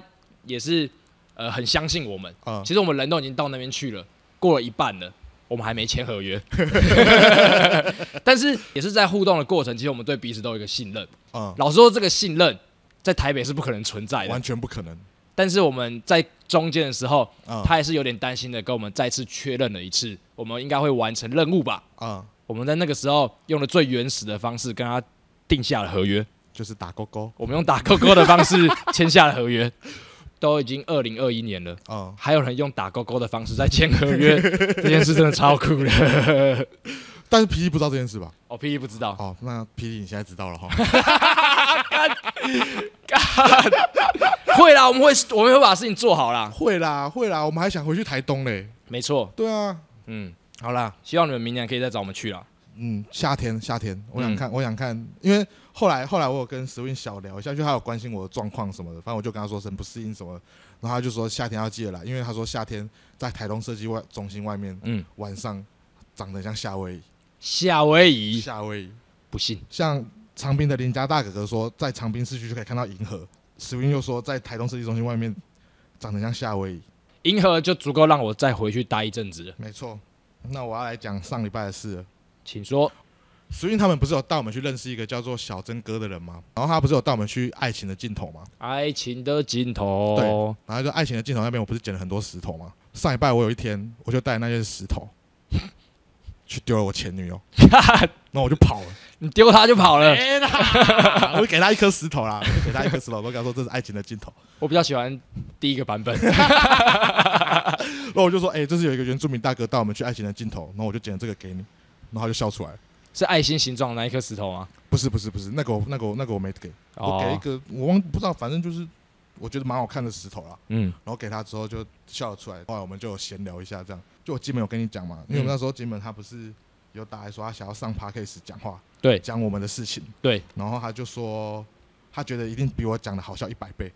B: 也是呃很相信我们，
A: 嗯，
B: 其实我们人都已经到那边去了，过了一半了，我们还没签合 约。 但是也是在互动的过程，其实我们对彼此都有一个信任。
A: 嗯，
B: 老实说，这个信任在台北是不可能存在的
A: 完。全不可能。
B: 但是我们在中间的时候，
A: 嗯
B: 他还是有点担心的，跟我们再次确认了一次，我们应该会完成任务吧？
A: 嗯，
B: 我们在那个时候用了最原始的方式跟他定下了合约。
A: 就是打勾勾。
B: 我们用打勾勾的方式签下了合约， 都已经二零二一年了，
A: 嗯，
B: 还有人用打勾勾的方式在签合 约，这件事真的超酷的。
A: 但是 PE 不知道这件事吧？
B: 哦，霹雳不知道，
A: 哦，那 PE 你现在知道了哈。
B: 会啦，我们会我们会把事情做好 啦。
A: 会啦，会啦，我们还想回去台东嘞。
B: 没错，
A: 对啊，
B: 嗯，
A: 好啦，
B: 希望你们明年可以再找我们去啦。
A: 嗯，夏天夏天，我想看，我想看，因为后来后来我有跟 Swin 小聊一下，就他有关心我的状况什么的，反正我就跟他说声不适应什么的，然后他就说夏天要记得来，因为他说夏天在台东设计外中心外面
B: 嗯，
A: 晚上长得像夏威
B: 夏威
A: 夷，
B: 夷
A: 夏威夷
B: 不信，
A: 像长滨的林家大哥哥说，在长滨市区就可以看到银河，Swin 又说在台东设计中心外面长得像夏威夷，
B: 银河就足够让我再回去待一阵子了。
A: 没错。那我要来讲上礼拜的事了。
B: 请说，
A: 所以他们不是有带我们去认识一个叫做小珍哥的人吗？然后他不是有带我们去爱情的尽头吗？
B: 爱情的尽头，
A: 然后就爱情的尽头那边，我不是捡了很多石头吗？上礼拜我有一天，我就带那些石头去丢了我前女友，然后我就跑了。
B: 你丢它就跑了。
A: 我就给她一颗石头啦，我就给她一颗石头，我跟她说这是爱情的尽头。
B: 我比较喜欢第一个版本，
A: 然后我就说，哎、这是有一个原住民大哥带我们去爱情的尽头，然后我就捡了这个给你，然后他就笑出来。
B: 是爱心形状的那一颗石头吗？
A: 不是不是不是，那个我那个我那个我没给，我给一
B: 哦，
A: 个我忘不知道，反正就是我觉得蛮好看的石头啦。
B: 嗯，
A: 然后给他之后就笑了出来，后来我们就有闲聊一下，这样就我金门有跟你讲嘛，因为我们那时候金门他不是有打来说他想要上 p a r k a s 讲话，
B: 对
A: 讲我们的事情，
B: 对，
A: 然后他就说他觉得一定比我讲的好笑一百倍，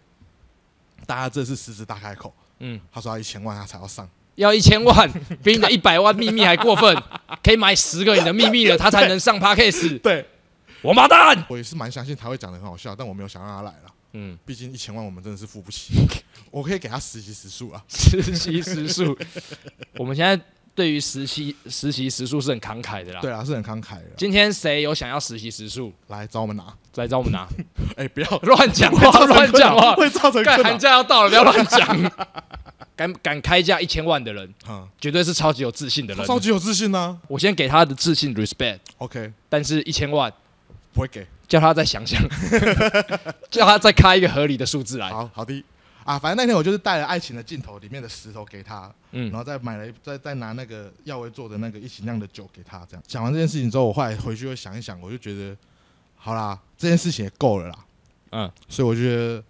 A: 大家这是狮子大开口，
B: 嗯，
A: 他说要一千万他才要上，
B: 要一千万，比你的一百万秘密还过分，可以买十个你的秘密了，他才能上 p a c k a s e
A: 对
B: 王八蛋！
A: 我也是蛮相信他会讲的很好笑，但我没有想让他来了，
B: 嗯，
A: 毕竟一千万我们真的是付不 起，我可以给他实习时数啊，
B: 实习时数，我们现在对于实习实习时数是很慷慨的啦。
A: 对啊，是很慷慨的，
B: 今天谁有想要实习时数，
A: 来找我们拿，
B: 来找我们拿。
A: 哎、不要
B: 乱讲话，
A: 会造成
B: 乱
A: 困扰
B: 讲话，
A: 会造成
B: 干
A: 困
B: 寒
A: 扰。
B: 假要到了，不要乱讲。敢敢开价一千万的人，
A: 嗯，
B: 绝对是超级有自信的
A: 他
B: 人。
A: 超级有自信啊呐、
B: 我先给他的自信 respect，
A: OK，
B: 但是一千万
A: 不会给，
B: 叫他再想想， 叫他再开一个合理的数字来。
A: 好好的啊，反正那天我就是带了《爱情的尽头》里面的石头给他，然
B: 嗯，
A: 后再买了一，再再拿那个耀威做的那个一起酿的酒给他，这样讲完这件事情之后，我后来回去又想一想，我就觉得，好啦，这件事情也够了啦，
B: 嗯，
A: 所以我觉得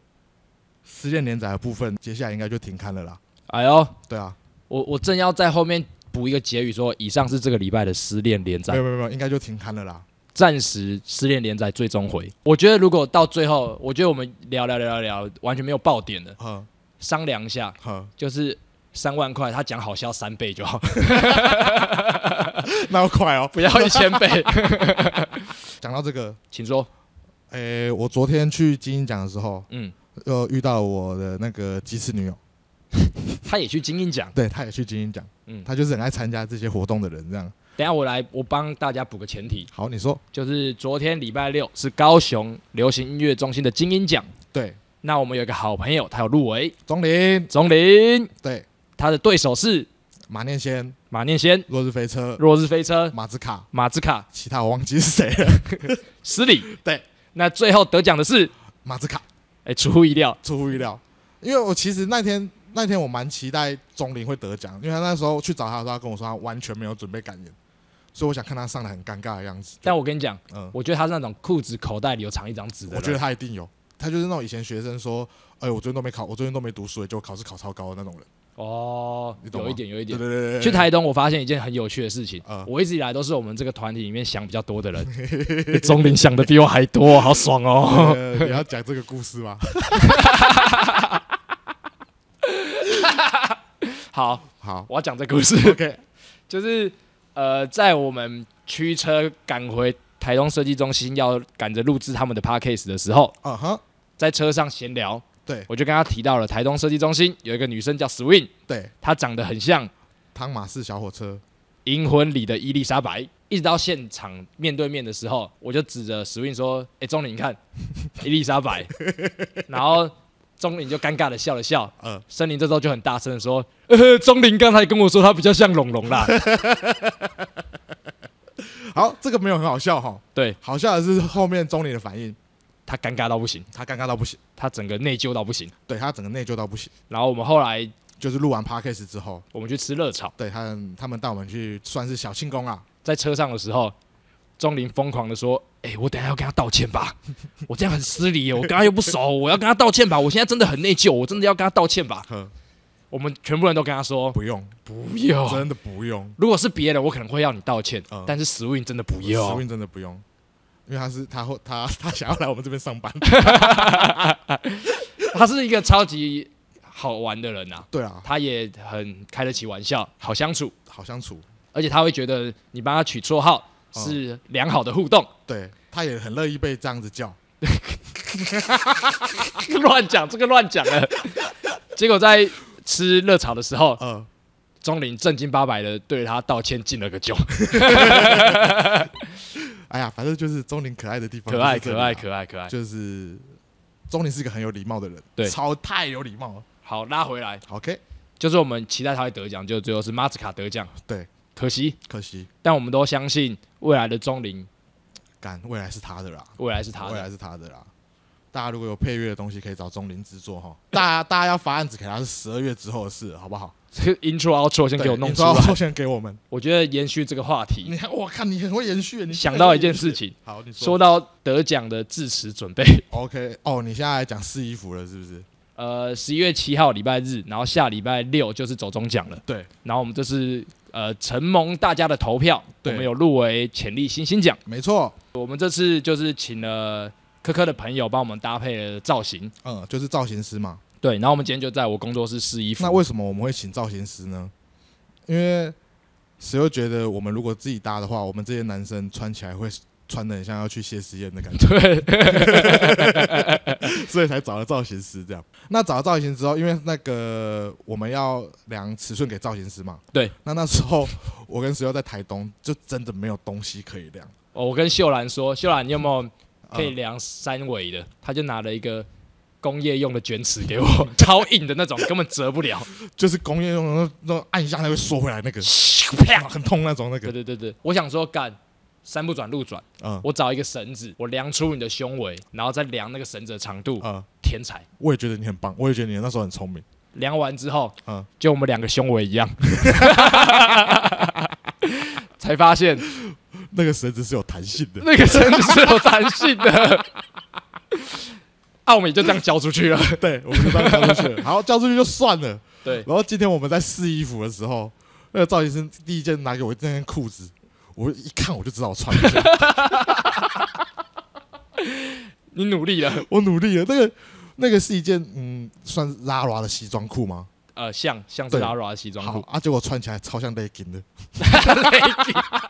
A: 失恋连载的部分，接下来应该就停刊了啦，
B: 哎呦，
A: 对啊，
B: 我我正要在后面补一个结语说以上是这个礼拜的失恋连
A: 没
B: 载
A: 有，没有没有，应该就停刊了啦，
B: 暂时失恋连载最终回。我觉得如果到最后，我觉得我们聊聊聊聊聊，完全没有爆点的，
A: 呵
B: 商量一下，
A: 呵，
B: 就是三万块，他讲好笑三倍就好，
A: 那要快哦。
B: 不要一千倍。
A: 讲到这个，
B: 请说，
A: 诶、我昨天去金鹰奖的时候，
B: 嗯，
A: 又遇到了我的那个鸡翅女友，
B: 他也去精英奖。
A: 对，她也去金鹰奖，
B: 嗯
A: 嗯，她就是很爱参加这些活动的人，这样。
B: 等一下我来，我帮大家补个前提，
A: 好，你说，
B: 就是昨天礼拜六是高雄流行音乐中心的精英奖，
A: 对，
B: 那我们有一个好朋友，他有入围，
A: 钟林，
B: 钟林，
A: 对，
B: 他的对手是
A: 马念先，
B: 马念先、
A: 落日飞车，
B: 落日飞车、
A: 马子卡，
B: 马兹卡、
A: 其他我忘记是谁了。
B: 十里。
A: 对，
B: 那最后得奖的是，
A: 马子卡
B: 哎，出乎意料，
A: 出乎意料，因为我其实那天那天我蛮期待钟林会得奖，因为他那时候去找他的时候，他跟我说他完全没有准备感言，所以我想看他上来很尴尬的样子。
B: 但我跟你讲，
A: 嗯，
B: 我觉得他是那种裤子口袋里有藏一张纸的人。
A: 我觉得他一定有，他就是那种以前学生说，哎，我最近都没考，我最近都没读书，就考试考超高的那种人。
B: 哦
A: 你，懂吗
B: 有一点，有一
A: 对
B: 点。
A: 对对对，
B: 去台东，我发现一件很有趣的事情
A: 嗯。
B: 我一直以来都是我们这个团体里面想比较多的人， 哎钟林想的比我还多，好 爽哦！
A: 呃，你要讲这个故事吗？
B: 好，
A: 好
B: 我要讲这故事，
A: ，OK，
B: 就是呃，在我们驱车赶回台东设计中心，要赶着录制他们的 podcast 的时候，
A: 嗯哼，
B: 在车上闲聊，
A: 对
B: 我就跟他提到了台东设计中心有一个女生叫 Swing，
A: 对，
B: 她长得很像《
A: 汤马士小火车，
B: 银魂》里的伊丽莎白。一直到现场面对面的时候，我就指着 Swing 说：“哎、钟林，你看伊丽莎白。”然后钟林就尴尬的笑了笑。
A: 嗯
B: 森林这时候就很大声的说：“呃，钟林刚才跟我说她比较像龙龙啦。
A: 好，这个没有很好笑哈，
B: 对
A: 好笑的是后面钟林的反应，”
B: 他尴尬到不行，
A: 他尴尬到不行，
B: 他整个内疚到不行。
A: 对他整个内疚到不行。
B: 然后我们后来
A: 就是录完 podcast 之后，
B: 我们去吃热炒，
A: 对他们他们带我们去算是小庆功啊，
B: 在车上的时候，钟林疯狂的说：“哎、我等一下要跟他道歉吧， 我这样很失礼耶，我跟他又不熟， 我要跟他道歉吧，我现在真的很内疚，我真的要跟他道歉吧。
A: 呵，”
B: 我们全部人都跟他说
A: 嗯不用，：“
B: 不用。
A: 真的不用，”
B: 如果是别人，我可能会要你道歉，
A: 嗯
B: 但是 Swing 真的不
A: 时
B: 用。
A: 运真的不用，因为他是他会他 他想要来我们这边上班，
B: 他是一个超级好玩的人啊，
A: 对啊，
B: 他也很开得起玩笑，好相处，
A: 好相处，
B: 而且他会觉得你帮他取绰号
A: 嗯
B: 是良好的互动。
A: 对，他也很乐意被这样子叫，
B: 乱讲，这个乱讲了。 结果在吃热炒的时候，
A: 呃，
B: 钟林正经八百的对他道歉，敬了个 酒，
A: 哦哎呀，反正就是钟林可爱的地方，
B: 可爱
A: 就是这
B: 可
A: 里啊
B: 爱，可爱可爱。
A: 就是钟林是一个很有礼貌的人，
B: 对
A: 超太有礼貌了
B: 好，拉回来，
A: ，OK，
B: 就是我们期待他会得奖，就最后是马斯卡得奖，
A: 对，
B: 可惜，
A: 可惜，
B: 但我们都相信未来的钟林，
A: 干未来是他的啦，
B: 未来是他
A: 未
B: 的。
A: 来是他的啦。大家如果有配乐的东西，可以找钟林制作哈。大家 大家要发案子给他是十二月之后的事，好不好？
B: 这个 intro outro 先给我
A: 对嗯
B: 弄
A: 你
B: 出
A: 说要
B: 来
A: 授，权给我们。
B: 我觉得延续这个话题，
A: 你看，我看你很会延续。你
B: 想到一件事，情，
A: 好，你说
B: 说到得奖的致辞准备，
A: OK 哦，你现在来讲试衣服了，是不是？
B: 呃，十一月七号礼拜日，然后下礼拜六就是走中奖了。
A: 对，
B: 然后我们这是呃承蒙大家的投票，我
A: 对
B: 们有入围潜力新星奖。
A: 没错，
B: 我们这次就是请了科科的朋友帮我们搭配了造型，
A: 嗯，就是造型师嘛。
B: 对。然后我们今天就在我工作室试衣服。
A: 那为什么我们会请造型师呢？因为谁又觉得我们如果自己搭的话，我们这些男生穿起来会穿的很像要去谢师宴的感觉，
B: 对
A: 所以才找了造型师这样。那找了造型师之后，因为那个我们要量尺寸给造型师嘛，
B: 对。
A: 那那时候我跟石友在台东，就真的没有东西可以量。
B: 哦我跟秀兰说，秀兰你有没有可以
A: 嗯
B: 量三围的？她就拿了一个工业用的卷尺给我， 超硬的那种，根本折不了。
A: 就是工业用的那那按一下它会缩回来那个，
B: 啪！
A: 很痛那种那
B: 对
A: 个，
B: 对对对，我想说干。山不转路转，
A: 嗯
B: 我找一个绳子，我量出你的胸围，然后再量那个绳子的长度，
A: 嗯，
B: 天才。
A: 我也觉得你很棒，我也觉得你那时候很聪明，
B: 量完之后，
A: 嗯
B: 就我们两个胸围一样， 才发现
A: 那个绳子是有弹性的，
B: 那个绳子是有弹性的。 啊，我们也就这样交出去了。
A: 对，我们就这样交出去了， 好，交出去就算了。
B: 对，
A: 然后今天我们在试衣服的时候，那个造型师第一件拿给我那件裤子，我一看我就知道我穿 不下，
B: 你努力了，
A: 我努力了。那个那个是一件嗯，算是拉拉的西装裤吗？
B: 呃，像像是
A: 对
B: Lara 的西装
A: 好
B: 裤，
A: 啊，结果穿起来超像 legging 的，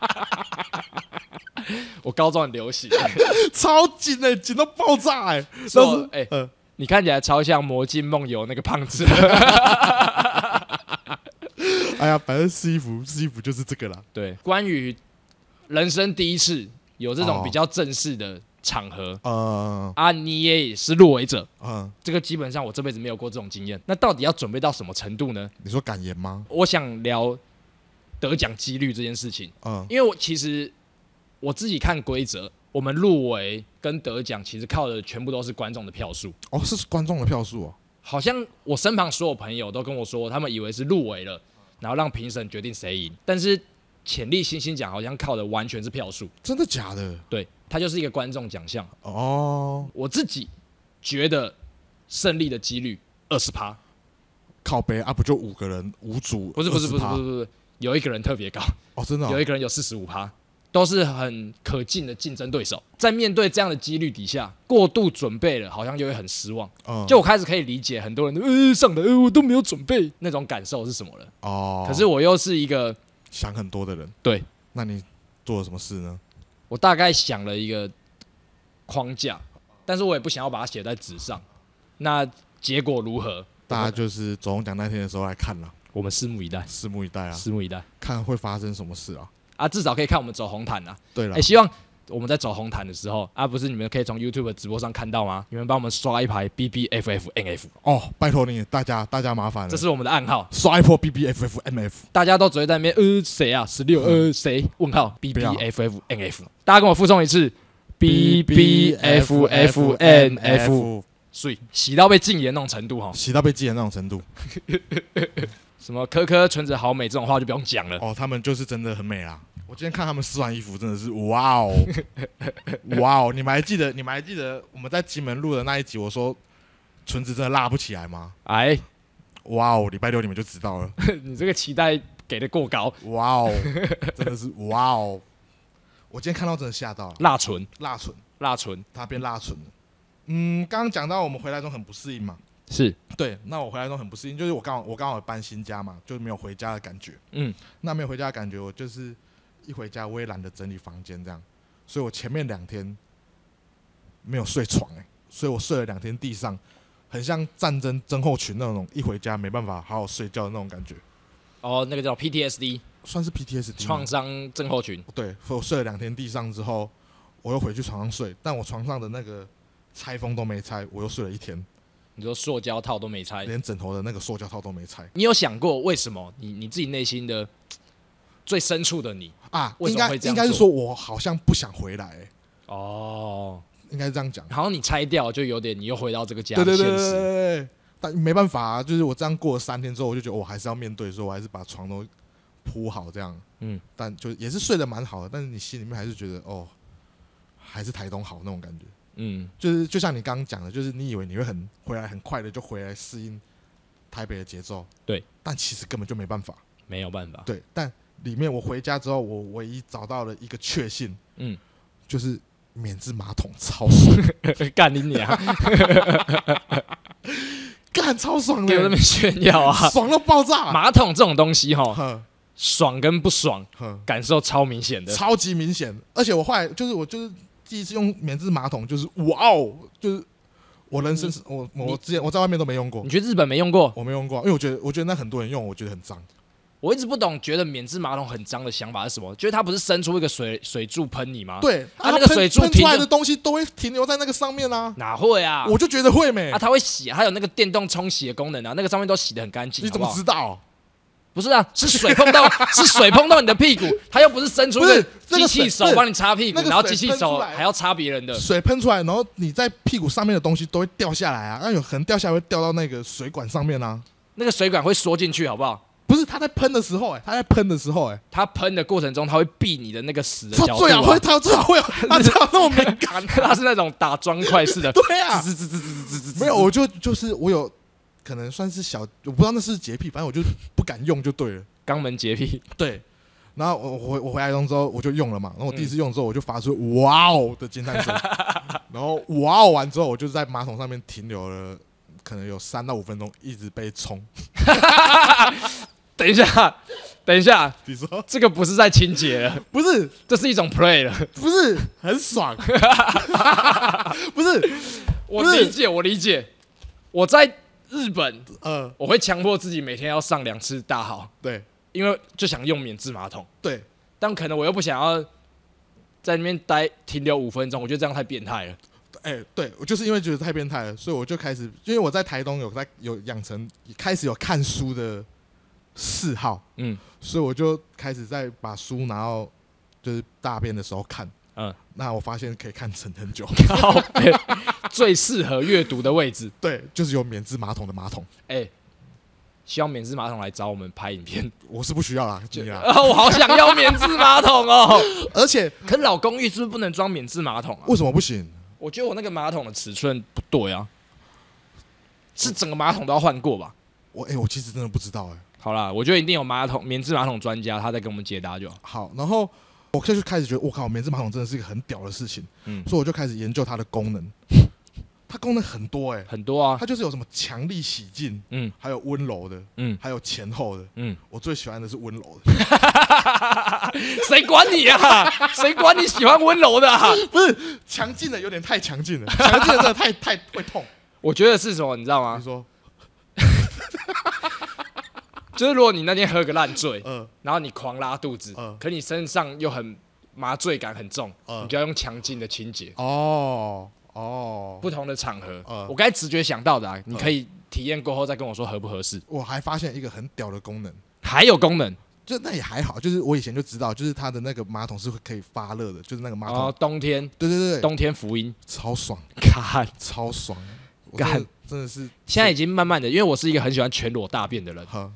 B: 我高中很 流行。
A: 超紧的、紧到爆炸哎、欸！
B: 所
A: 但
B: 以我
A: 是
B: 哎
A: 呃，
B: 你看起来超像《魔镜梦游》那个胖子，
A: 哎呀，反正试衣服试衣服就是这个啦。
B: 对， 关于人生第一次有这种
A: 哦
B: 比较正式的场合、
A: 呃
B: 啊，你也是入围者，
A: 嗯，
B: 这个基本上我这辈子没有过这种经验。那到底要准备到什么程度呢？
A: 你说敢言吗？
B: 我想聊得奖几率这件事情，
A: 嗯
B: 因为我其实我自己看规则，我们入围跟得奖其实靠的全部都是观众的票数。
A: 哦，是观众的票数哦。
B: 好像我身旁所有朋友都跟我说，他们以为是入围了，然后让评审决定谁赢。但是潜力新星奖好像靠的完全是票数，
A: 真的假的？
B: 对，它就是一个观众奖项。
A: 哦，
B: 我自己觉得胜利的几率二十趴，
A: 靠背啊，不就五个人五组？
B: 不是不是不是不是
A: 是，
B: 不是，有一个人特别高，
A: 哦，真的、
B: 有
A: 哦
B: 一，个人有四十五趴，都是很可敬的竞争对手。在面对这样的几率底下，过度准备了，好像又会很失望。
A: 嗯，
B: 就我开始可以理解很多人呃上的呃我都没有准备那种感受是什么了。
A: 哦，
B: 可是我又是一个，
A: 想很多的人。
B: 对，
A: 那你做了什么事呢？
B: 我大概想了一个框架，但是我也不想要把它写在纸上。那结果如何？
A: 大家
B: 我
A: 就是总奖那天的时候来看啦，
B: 我们拭目以待，
A: 拭目以待啊，
B: 拭目以待
A: 看会发生什么事啊。
B: 啊！至少可以看我们走红毯啊！
A: 对了
B: 哎、，希望我们在走红毯的时候啊，不是你们可以从 YouTube 的直播上看到吗？你们帮我们刷一排 B B F F N F，
A: 哦，拜托你，大家大家麻烦
B: 这
A: 了，
B: 是我们的暗号。
A: 刷一波 B B F F M F，
B: 大家都只会在那边呃谁啊十六呃谁问号 B
A: 不
B: B
A: 要
B: F F N F，大家跟我附送一次 B B F F N F，所以洗到被禁言那种程度哈，
A: 洗到被记的那种程度。
B: 什么科科纯子好美这种话就不用讲了。
A: 哦，他们就是真的很美啦。我今天看他们试完衣服，真的是哇 哦，哇哦！你们还记得你们还记得我们在金门录的那一集，我说唇子真的辣不起来吗？
B: 哎，
A: 哇哦，礼拜六你们就知道 了。
B: 你这个期待给的过高，
A: 哇哦，真的是哇哦！我今天看到真的吓到了，
B: 辣唇
A: 辣唇，
B: 辣唇
A: 它变辣唇了。嗯，刚刚讲到我们回来中很不适应嘛，
B: 是
A: 对，那我回来中很不适应，就是我刚好我刚好搬新家嘛，就没有回家的感觉。
B: 嗯
A: 那没有回家的感觉，我就是一回家我也懒得整理房间这样，所以我前面两天没有睡床哎、所以我睡了两天地上，很像战争症候群那种，一回家没办法好好睡觉的那种感觉，
B: 哦，那个叫 P T S D
A: 算是 PTSD 吗
B: 创伤症候群，
A: 对，所以我睡了两天地上之后，我又回去床上睡，但我床上的那个拆封都没拆，我又睡了一天，
B: 你说塑胶套都没拆，
A: 连枕头的那个塑胶套都没拆
B: 你有想过为什么你你自己内心的最深处的你
A: 啊。
B: 为什
A: 应
B: 么
A: 该
B: 会这样
A: 应该是
B: 做
A: 说我好像不想回来、欸
B: 哦？
A: 应该是这样讲。
B: 好像你拆掉就有点，你又回到这个家
A: 对对
B: 的现
A: 对对对
B: 实。
A: 对对，但没办法啊，就是我这样过了三天之后，我就觉得我还是要面对，所以我还是把床都铺好这样。
B: 嗯，
A: 但就也是睡得蛮好的，但是你心里面还是觉得哦，还是台东好那种感觉。
B: 嗯，
A: 就是就像你刚刚讲的，就是你以为你会很回来很快的就回来适应台北的节奏，
B: 对，啊
A: 但其实根本就没办法。
B: 没有办法。
A: 对，但里面我回家之后，我唯一找到了一个确信，
B: 嗯，
A: 就是免治马桶超爽，
B: 干你 娘，
A: 干超爽
B: 给我那
A: 的，
B: 边炫耀啊！
A: 爽到爆炸。
B: 马桶这种东西哈，
A: 哼
B: 爽跟不爽
A: 哼，
B: 感受超明显的。
A: 超级明显。而且我后来就是我就是第一次用免治马桶，就是哇哦，就是我人生是我我
B: 你
A: 之前我在外面都没用过
B: 嗯你，去日本没用过？
A: 我没用过，因为我觉得我觉得那很多人用，我觉得很脏。
B: 我一直不懂，觉得免治马桶很脏的想法是什么？觉得它不是伸出一个水水柱喷你吗？，
A: 对，它
B: 啊那个
A: 喷
B: 水柱
A: 喷
B: 停
A: 出来
B: 就
A: 的东西都会停留在那个上面啊，
B: 哪会啊？
A: 我就觉得会没
B: 啊，，它会洗、啊，它有那个电动冲洗的功能啊，那个上面都洗得很干净，
A: 你怎么
B: 好不好
A: 知道？
B: 不是啊，是水碰到， 是水碰到你的屁股，它又不是伸出一
A: 不是这
B: 机
A: 个
B: 器
A: 水
B: 手
A: 不是
B: 帮你擦屁股，
A: 那个
B: 然后
A: 水
B: 机器
A: 喷出
B: 手
A: 来
B: 还要擦别人的，
A: 水喷出来，然后你在屁股上面的东西都会掉下来啊，那有可能掉下来会掉到那个水管上面啊。
B: 那个水管会缩进去，好不好？
A: 不是他在喷的时候、欸，哎，他在喷的时候、欸，
B: 它喷的过程中，它会避你的那个死的
A: 他
B: 角度、
A: 最好
B: 啊
A: 会，，他最好 会有，他最好那么敏感。
B: 它是那种打砖块式的，
A: 对啊，
B: 滋滋滋滋滋滋滋，
A: 没有，我就就是我有可能算是小，我不知道那是洁癖，反正我就不敢用就对了。
B: 肛门洁癖，
A: 对，嗯然后我我回我回来用之后我就用了嘛，然后我第一次用之后我就发出哇哦的惊叹 声，然后哇哦完之后我就在马桶上面停留了。可能有三到五分钟一直被冲，
B: 等一下，等一下，
A: 你说
B: 这个不是在清洁了，
A: 不是
B: 这是一种 play 了。
A: 不是很 爽，不是
B: 我
A: 不是
B: 理解，我理解。我在日本，
A: 呃
B: 我会强迫自己每天要上两次大号，
A: 对
B: 因为就想用免治马桶，
A: 对，
B: 但可能我又不想要在那边待停留五分钟，我觉得这样太变态了。
A: 哎、对我就是因为觉得太变态了，所以我就开始，因为我在台东有在有养成开始有看书的嗜好，
B: 嗯，
A: 所以我就开始在把书拿到就是大便的时候看，
B: 嗯，
A: 那我发现可以看成很 久，
B: 靠背最适合阅读的位 置。
A: 对，就是有免治马桶的马桶，
B: 哎、希望免治马桶来找我们拍影片。
A: 我是不需要啦，你 啦，
B: 啊，我好想要免治马桶哦。
A: 而且
B: 可老公寓是不是不能装免治马桶啊？
A: 为什么不行？
B: 我觉得我那个马桶的尺寸不对啊，是整个马桶都要换过吧？
A: 我哎、我其实真的不知道哎、
B: 好啦，我觉得一定有马桶免治马桶专家，他在给我们解答就好。
A: 好，然后我就开始觉得，我靠，免治马桶真的是一个很屌的事情，
B: 嗯
A: 所以我就开始研究它的功 能，它功能很多哎、
B: 很多 啊，
A: 它就是有什么强力洗净，
B: 嗯
A: 还有温柔的，
B: 嗯
A: 还有前后的。
B: 嗯，
A: 我最喜欢的是温柔的，
B: 谁管你啊？谁管你喜欢温柔的、啊？
A: 不是强劲的有点太强劲了，强劲的真的太太会痛。
B: 我觉得是什么，你知道
A: 你
B: 吗？
A: 说，
B: 就是如果你那天喝个烂醉，
A: 呃，
B: 然后你狂拉肚子，
A: 嗯
B: 可你身上又很麻醉感很重，
A: 嗯
B: 你就要用强劲的清洁。
A: 哦哦，
B: 不同的场合，
A: 嗯
B: 我该直觉想到的、啊，你可以体验过后再跟我说合不合适。
A: 我还发现一个很屌的功能，
B: 还有功能
A: 就那也还好，就是我以前就知道，就是它的那个马桶是会可以发热的，就是那个马桶，
B: 哦，冬天
A: 对对对对，
B: 冬天福音，
A: 超爽
B: 看，
A: 超爽，我
B: 干
A: 真的真的是
B: 现在已经慢慢的，因为我是一个很喜欢全裸大便的人，
A: 呵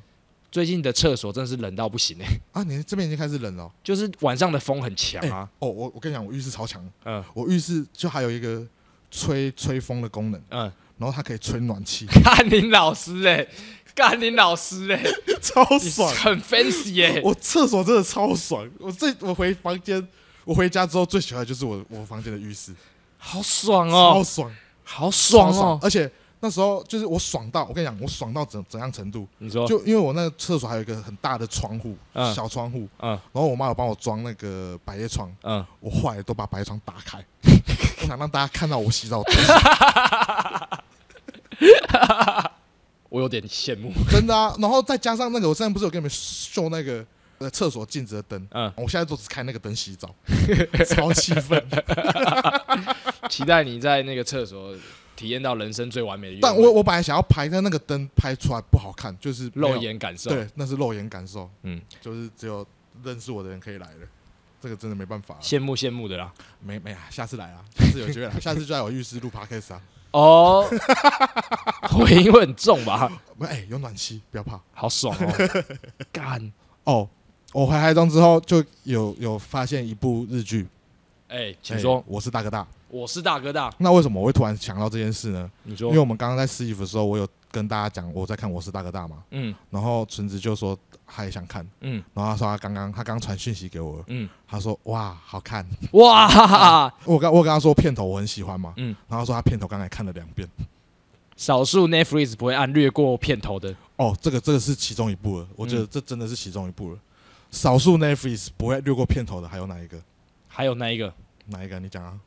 B: 最近的厕所真的是冷到不行哎、
A: 啊，你这边已经开始冷了哦，
B: 就是晚上的风很强
A: 哎
B: 啊，
A: 哦，我我跟你讲，我浴室超强的，
B: 嗯
A: 我浴室就还有一个吹吹风的功能，
B: 嗯，
A: 然后它可以吹暖气，
B: 干林老师哎、干林老师哎、
A: 超
B: 你是很 fancy 哎、
A: 我厕所真的超爽，我最我回房间，我回家之后最喜欢的就是我我房间的浴室，
B: 好爽
A: 超
B: 哦，
A: 爽，
B: 好爽
A: 超爽
B: 哦，
A: 而且那时候就是我爽到，我跟你讲，我爽到怎怎样程度？
B: 你说，
A: 就因为我那个厕所还有一个很大的窗户，
B: 哦嗯
A: 小窗户，
B: 嗯
A: 然后我妈有帮我装那个百叶窗，
B: 嗯，
A: 我后来都把百叶窗打开，我想让大家看到我洗澡，
B: 我有点羡慕，
A: 真的啊。然后再加上那个，我之前不是有给你们秀那个呃厕所镜子的灯，
B: 嗯，
A: 我现在都只开那个灯洗澡，超气愤。
B: 期待你在那个厕所体验到人生最完美的愿望，
A: 但我我本来想要拍，但那个灯拍出来不好看，就是没有
B: 肉，眼感受，
A: 对，那是肉眼感受，
B: 嗯，
A: 就是只有认识我的人可以来了，这个真的没办法啊，
B: 羡慕羡慕的啦。
A: 没没啊，下次来啊，下次有机会 来，下次就在我浴室录 podcast 啊，
B: 哦， 回音会很重吧？
A: 不，哎，有暖气，不要怕
B: 好爽 哦！干，
A: 哦。我回台中之后，就有有发现一部日剧，
B: 哎，请说
A: 哎，我是大哥大。
B: 我是大哥大，
A: 那为什么我会突然想到这件事呢？
B: 你
A: 因为
B: 说，
A: 我们刚刚在试衣服的时候，我有跟大家讲我在看《我是大哥大》嘛，
B: 嗯
A: 然后纯子就说他也想看，
B: 嗯
A: 然后他说他刚刚他刚传讯息给我了，
B: 嗯，
A: 他说哇好看，
B: 哇，
A: 我刚我跟他说片头我很喜欢嘛，
B: 嗯
A: 然后他说他片头刚才看了两遍，
B: 少数 Netflix 不会按略过片头的，
A: 哦，这个这个是其中一部了，我
B: 嗯
A: 觉得这真的是其中一部了。少数 Netflix 不会略过片头的还有哪一个？
B: 还有那一个，
A: 哪一个？你讲啊！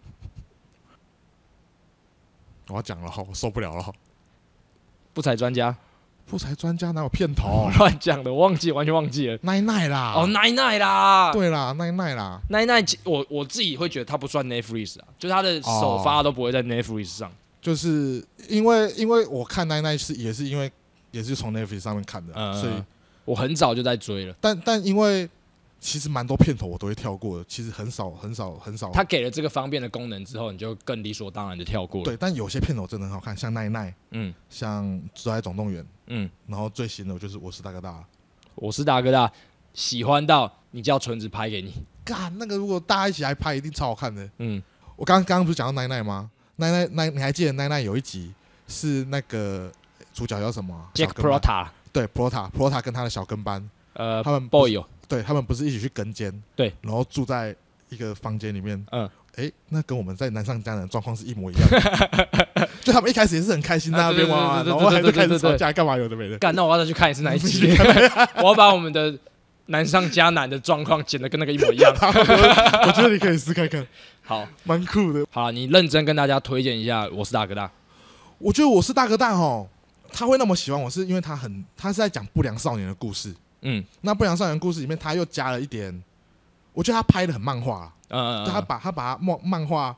A: 我要讲了，我受不了了。
B: 不踩专家，
A: 不才专家哪有片头
B: 我？乱讲的，忘记完全忘记了。
A: 奈奈啦，
B: 哦，奈奈啦，
A: 对啦，奈奈啦，
B: 奈奈，我我自己会觉得它不算 Netflix 啊，就是它的首发都不会在 Netflix 上。
A: 哦就是因为因为我看奈奈是也是因为也是从 Netflix 上面看的啊，
B: 嗯，
A: 所以
B: 我很早就在追了。
A: 但但因为其实蛮多片头我都会跳过的，其实很少很少很少。
B: 它给了这个方便的功能之后，你就更理所当然的跳过了。，
A: 对，但有些片头真的很好看，像奈奈，
B: 嗯
A: 像《最爱总动员》，
B: 嗯，
A: 然后最新的就是《我是大哥大》。
B: 我是大哥大，喜欢到你叫纯子拍给你。
A: 干，那个如果大家一起来拍，一定超好看的。
B: 嗯，
A: 我刚刚刚不是讲到奈奈吗？奈奈奈，你还记得奈奈有一集是那个主角叫什么啊
B: Jack
A: 小跟班
B: Prota，
A: 对 Prota Prota 跟他的小跟班，
B: 呃
A: 他们不是
B: ，Boy 有，
A: 对他们不是一起去跟监，
B: 对，
A: 然后住在一个房间里面，
B: 嗯，
A: 哎，那跟我们在南上江南的状况是一模一样 的，就他们一开始也是很开心在那边玩
B: 啊
A: 玩，
B: 对对对
A: 然后还
B: 对
A: 是
B: 对对
A: 开
B: 对
A: 始
B: 对
A: 吵架干嘛有的没的，
B: 干，那我要再去看一次哪一集？ 我要把我们的难上加难的状况剪得跟那个一模一 样。
A: 我觉得你可以试看看，
B: 好，
A: 蛮酷的。
B: 好，你认真跟大家推荐一下《我是大哥大》。
A: 我觉得我是大哥大吼，他会那么喜欢我是因为他很，他是在讲不良少年的故事。
B: 嗯
A: 那不良少年故事里面，他又加了一点，我觉得他拍的很漫画啊，
B: 呃，
A: 他把他把漫漫画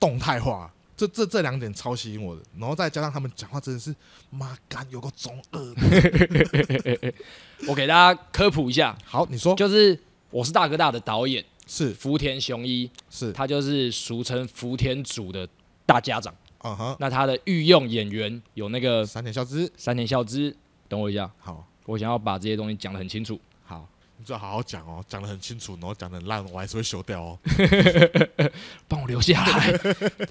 A: 动态化，这这这两点超吸引我的。然后再加上他们讲话真的是，妈干有个中二。
B: 我给大家科普一下，
A: 好，你说
B: 就是《我是大哥大》的导演
A: 是
B: 福田雄一，
A: 是，
B: 他就是俗称福田组的大家长。
A: 嗯哼，
B: 那他的呃御用演员有那个
A: 三点消之，
B: 山田孝之。等我一下，
A: 好
B: 我想要把这些东西讲得很清楚。
A: 好，你最好好好讲哦，讲的很清楚，然后讲的很烂，我还是会修掉哦。
B: 帮我留 下来，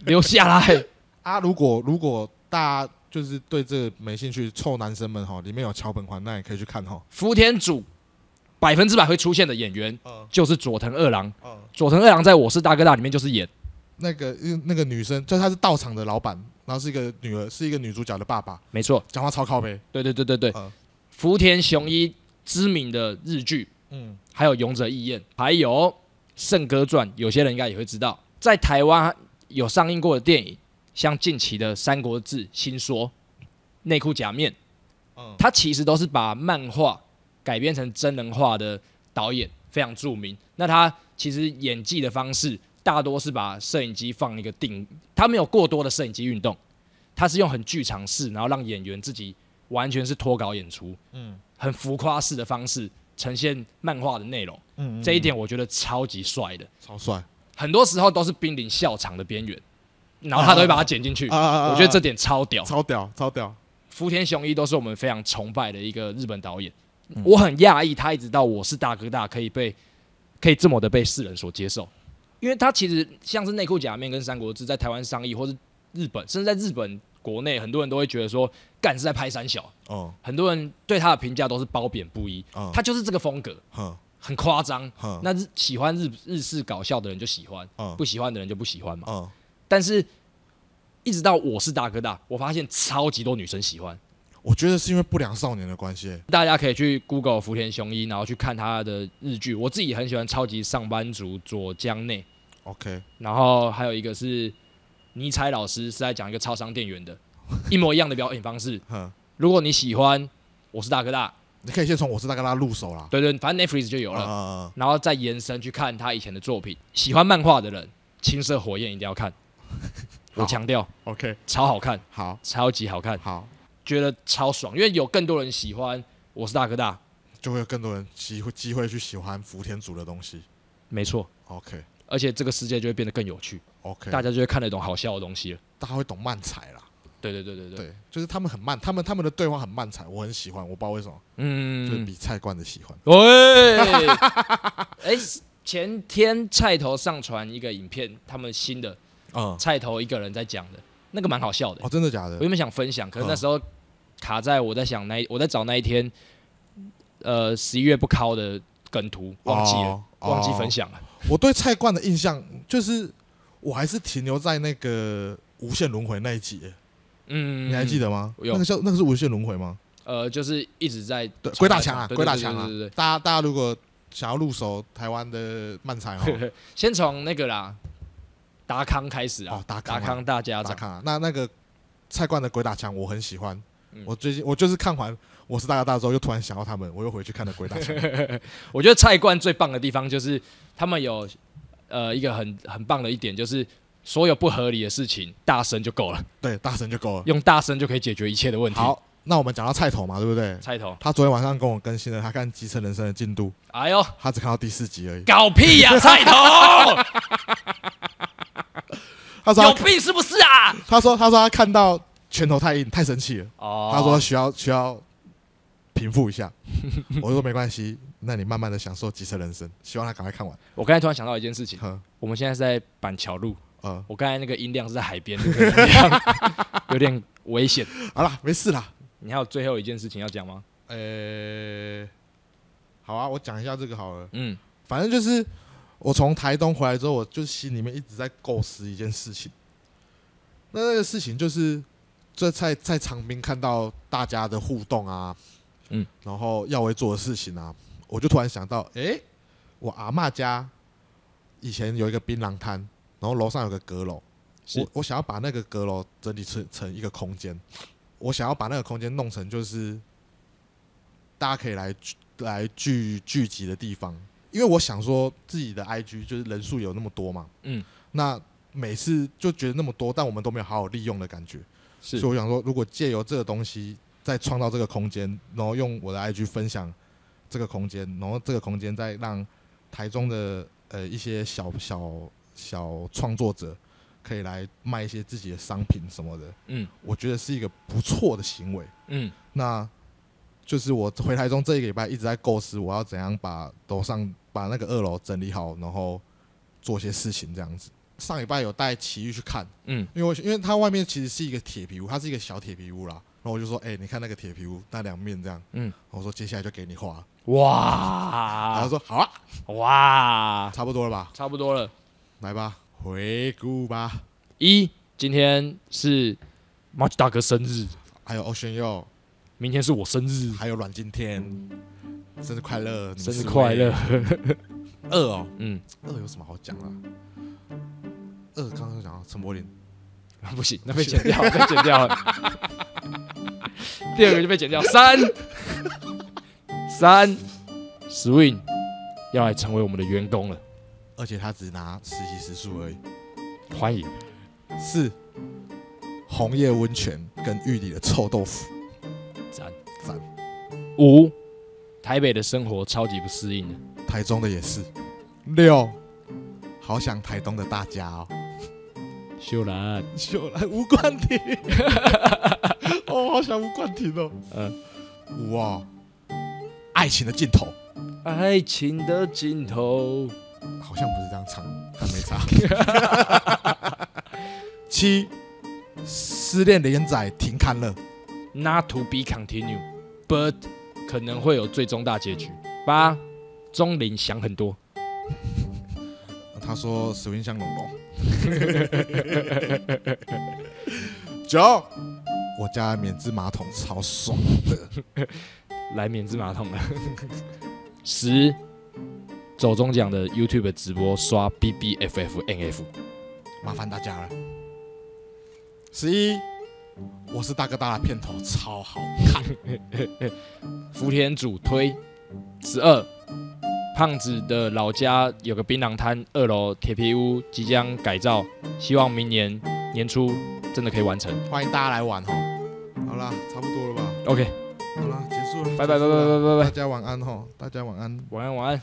B: 留下来。
A: 啊，如果如果大家就是对这个没兴趣，臭男生们哈，里面有桥本环奈也可以去看哈。
B: 福田组百分之百会出现的演员
A: 嗯
B: 就是佐藤二郎。
A: 嗯，
B: 佐藤二郎在《我是大哥大》里面就是演，
A: 那个那个女生，就她是道场的老板，然后是一个女儿，是一个女主角的爸爸，
B: 没错，
A: 讲话超靠背。
B: 对对对对对。
A: 嗯
B: 福田雄一知名的日剧，
A: 嗯，
B: 还有《勇者义彦》，还有《圣歌传》，有些人应该也会知道，在台湾有上映过的电影，像近期的《三国志》《新说》《内裤假面》，
A: 嗯
B: 他其实都是把漫画改编成真人化的导演，非常著名。那他其实演技的方式大多是把摄影机放一个定，他没有过多的摄影机运动，他是用很剧场式，然后让演员自己完全是脱稿演出，
A: 嗯
B: 很浮夸式的方式呈现漫画的内容。
A: 嗯
B: 这一点我觉得超级帅的，
A: 超帅
B: 很多时候都是濒临笑场的边缘，然后他都会把它剪进去。
A: 啊
B: 我觉得这点超屌，
A: 超屌，超屌。
B: 福田雄一都是我们非常崇拜的一个日本导演。
A: 嗯
B: 我很讶异，他一直到《我是大哥大》可以被可以这么的被世人所接受，因为他其实像是《内裤假面》跟《三国志》在台湾上映，或是日本，甚至在日本国内，很多人都会觉得说，干是在拍三小，
A: 哦，
B: 很多人对他的评价都是褒贬不一。
A: 嗯
B: 他就是这个风格，
A: 哼
B: 很夸张。
A: 哼，
B: 那日喜欢日日式搞笑的人就喜欢，
A: 嗯
B: 不喜欢的人就不喜欢嘛。
A: 嗯，
B: 但是一直到《我是大哥大》，我发现超级多女生喜欢。
A: 我觉得是因为不良少年的关系。
B: 大家可以去 Google 福田雄一，然后去看他的日剧。我自己很喜欢《超级上班族》佐江内，
A: OK，
B: 然后还有一个是尼采老师，是在讲一个超商店员的，一模一样的表演方式。
A: 哼，
B: 如果你喜欢《我是大哥大》，
A: 你可以先从我是大哥大入手啦。
B: 对对，反正 Netflix 就有了，
A: 啊，
B: 然后再延伸去看他以前的作品。喜欢漫画的人，《青色火焰》一定要看，我
A: 好
B: 强调，
A: OK，
B: 超好看，
A: 好，
B: 超级好看，
A: 好，
B: 觉得超爽，因为有更多人喜欢《我是大哥大》，
A: 就会有更多人机会机会去喜欢福田组的东西。
B: 没错，
A: OK，OK，、
B: 而且这个世界就会变得更有趣。大家就会看得懂好笑的东西了。
A: 大家会懂慢踩啦，
B: 对对对对对，
A: 对，就是他们很慢，他们他们的对话很慢踩，我很喜欢，我不知道为什么，就是
B: 嗯，
A: 比菜冠的喜欢。
B: 喂， 哎，前天菜头上传一个影片，他们新的
A: 嗯，
B: 菜头一个人在讲的，那个蛮好笑的、
A: 哦，真的假
B: 我
A: 的？
B: 原本想分享，可是
A: 嗯
B: 那时候卡在我在想那一我在找那一天，呃，十一月不考的梗图，忘记了，
A: 哦
B: 忘记分。
A: 哦
B: 享了。
A: 我对菜冠的印象就是，我还是停留在那个无限轮回那一集，
B: 嗯，
A: 你还记
B: 得？
A: 得吗？
B: 有
A: 那个叫那个是无限轮回吗？
B: 呃，就是一直在
A: 对，鬼打墙啊，
B: 对对
A: 鬼打墙
B: 对
A: 啊
B: 对对对！
A: 大家大家如果想要入手台湾的漫才哦哈，
B: 对，先从那个啦，达康开始啊
A: 哦，达
B: 达
A: 康啊
B: 康大家
A: 打
B: 长。
A: 卡啊那那个菜冠的鬼打墙我很喜欢，
B: 嗯
A: 我最近我就是看完《我是大哥大》之后，又突然想到他们，我又回去看了《鬼打 墙》。
B: 我觉得菜冠最棒的地方就是他们有呃一个很很棒的一点，就是所有不合理的事情大声就够了，
A: 对，大神就够了。
B: 用大声就可以解决一切的问题。，
A: 好，那我们讲到菜头嘛，对不对？
B: 菜头，
A: 他昨天晚上跟我更新了他看《机车人生》的进度，
B: 哎呦，
A: 他只看到第四集而已。
B: 搞屁 呀、菜 头，
A: 他说
B: 有
A: 他
B: 病是不是啊？
A: 他说他说他看到拳头太硬太生气了，
B: 哦，
A: 他说需要需要平复一下。 我说没关系，那你慢慢的享受《机车人生》，希望他赶快看完。
B: 我刚才突然想到一件事情，
A: 呵
B: 我们现在是在板桥路，
A: 呃，
B: 我刚才那个音量是在海边，那个音 量有点危险。
A: 好啦，没事啦。
B: 你还有最后一件事情要讲吗？
A: 呃、好啊，我讲一下这个好了。
B: 嗯，
A: 反正就是我从台东回来之后，我就心里面一直在构思一件事情。那那个事情就是，这在在长滨看到大家的互动啊，
B: 嗯，
A: 然后耀威做的事情啊，我就突然想到，诶，我阿嬷家以前有一个槟榔摊，然后楼上有个阁楼，
B: 是
A: 我我想要把那个阁楼整理成成一个空间，我想要把那个空间弄成就是大家可以来聚来聚聚集的地方，因为我想说自己的 IG 就是人数有那么多嘛，
B: 嗯，
A: 那每次就觉得那么多，但我们都没有好好利用的感觉，
B: 是
A: 所以我想说，如果借由这个东西再创造这个空间，然后用我的 IG 分享这个空间，然后这个空间再让台中的呃一些小小小创作者可以来卖一些自己的商品什么的，
B: 嗯
A: 我觉得是一个不错的行为。
B: 嗯
A: 那就是我回台中这一个礼拜一直在构思，我要怎样把楼上把那个二楼整理好，然后做些事情这样子。上礼拜有带奇遇去看，
B: 嗯，
A: 因为我因为它外面其实是一个铁皮屋，它是一个小铁皮屋啦。然后我就说，哎、你看那个铁皮屋那两面这样，
B: 嗯啊
A: 嗯，我说接下来就给你画了。他
B: 哇
A: 说好啊，
B: 哇，
A: 差不多了吧，
B: 差不多了。
A: 来吧，回顾吧。
B: 一，今天是马吉大哥生日，
A: 还有 Ocean 佑，
B: 明天是我生日，
A: 还有阮经天，生日快乐，你
B: 生
A: 们
B: 日
A: 四位
B: 快乐。
A: 二哦，
B: 嗯，
A: 二有什么好讲的啊？二刚刚讲到陈柏霖，
B: 不行，那被剪掉，被剪掉了。第二个就被剪掉，三三，Swing 要来成为我们的员工了，
A: 而且他只拿实习时数而已。
B: 欢迎。
A: 四，红叶温泉跟玉里的臭豆腐，
B: 赞
A: 赞。
B: 五，台北的生活超级不适应的。
A: 台中的也是。六，好想台东的大家哦。
B: 秀兰，
A: 秀兰吴冠廷， 哦，好想吴冠廷哦。
B: 嗯
A: 五哦，爱情的尽头，
B: 爱情的尽头。
A: 好像不是这样唱，但没差。 七，失恋连载停刊了。
B: Not to be continued, but 可能会有最终大结局。八，钟林想很多。
A: 他说水云像龙哦龙。 九，我家免治马桶超爽的。
B: 来免治马桶了。十，走中奖的 YouTube 直播刷 B B F F N F。
A: 麻烦大家了。十一，我是大哥大的片头超好看，
B: 福田主推。十二，胖子的老家有个槟榔摊，二楼铁皮屋即将改造，希望明年年初真的可以完成。
A: 欢迎大家来玩哦。好啦，差不多了吧？
B: OK，
A: 好啦，结束了，
B: 拜拜拜拜
A: 结束了哦
B: 拜拜拜
A: 大家晚安哈，大家晚安。
B: 晚安晚安。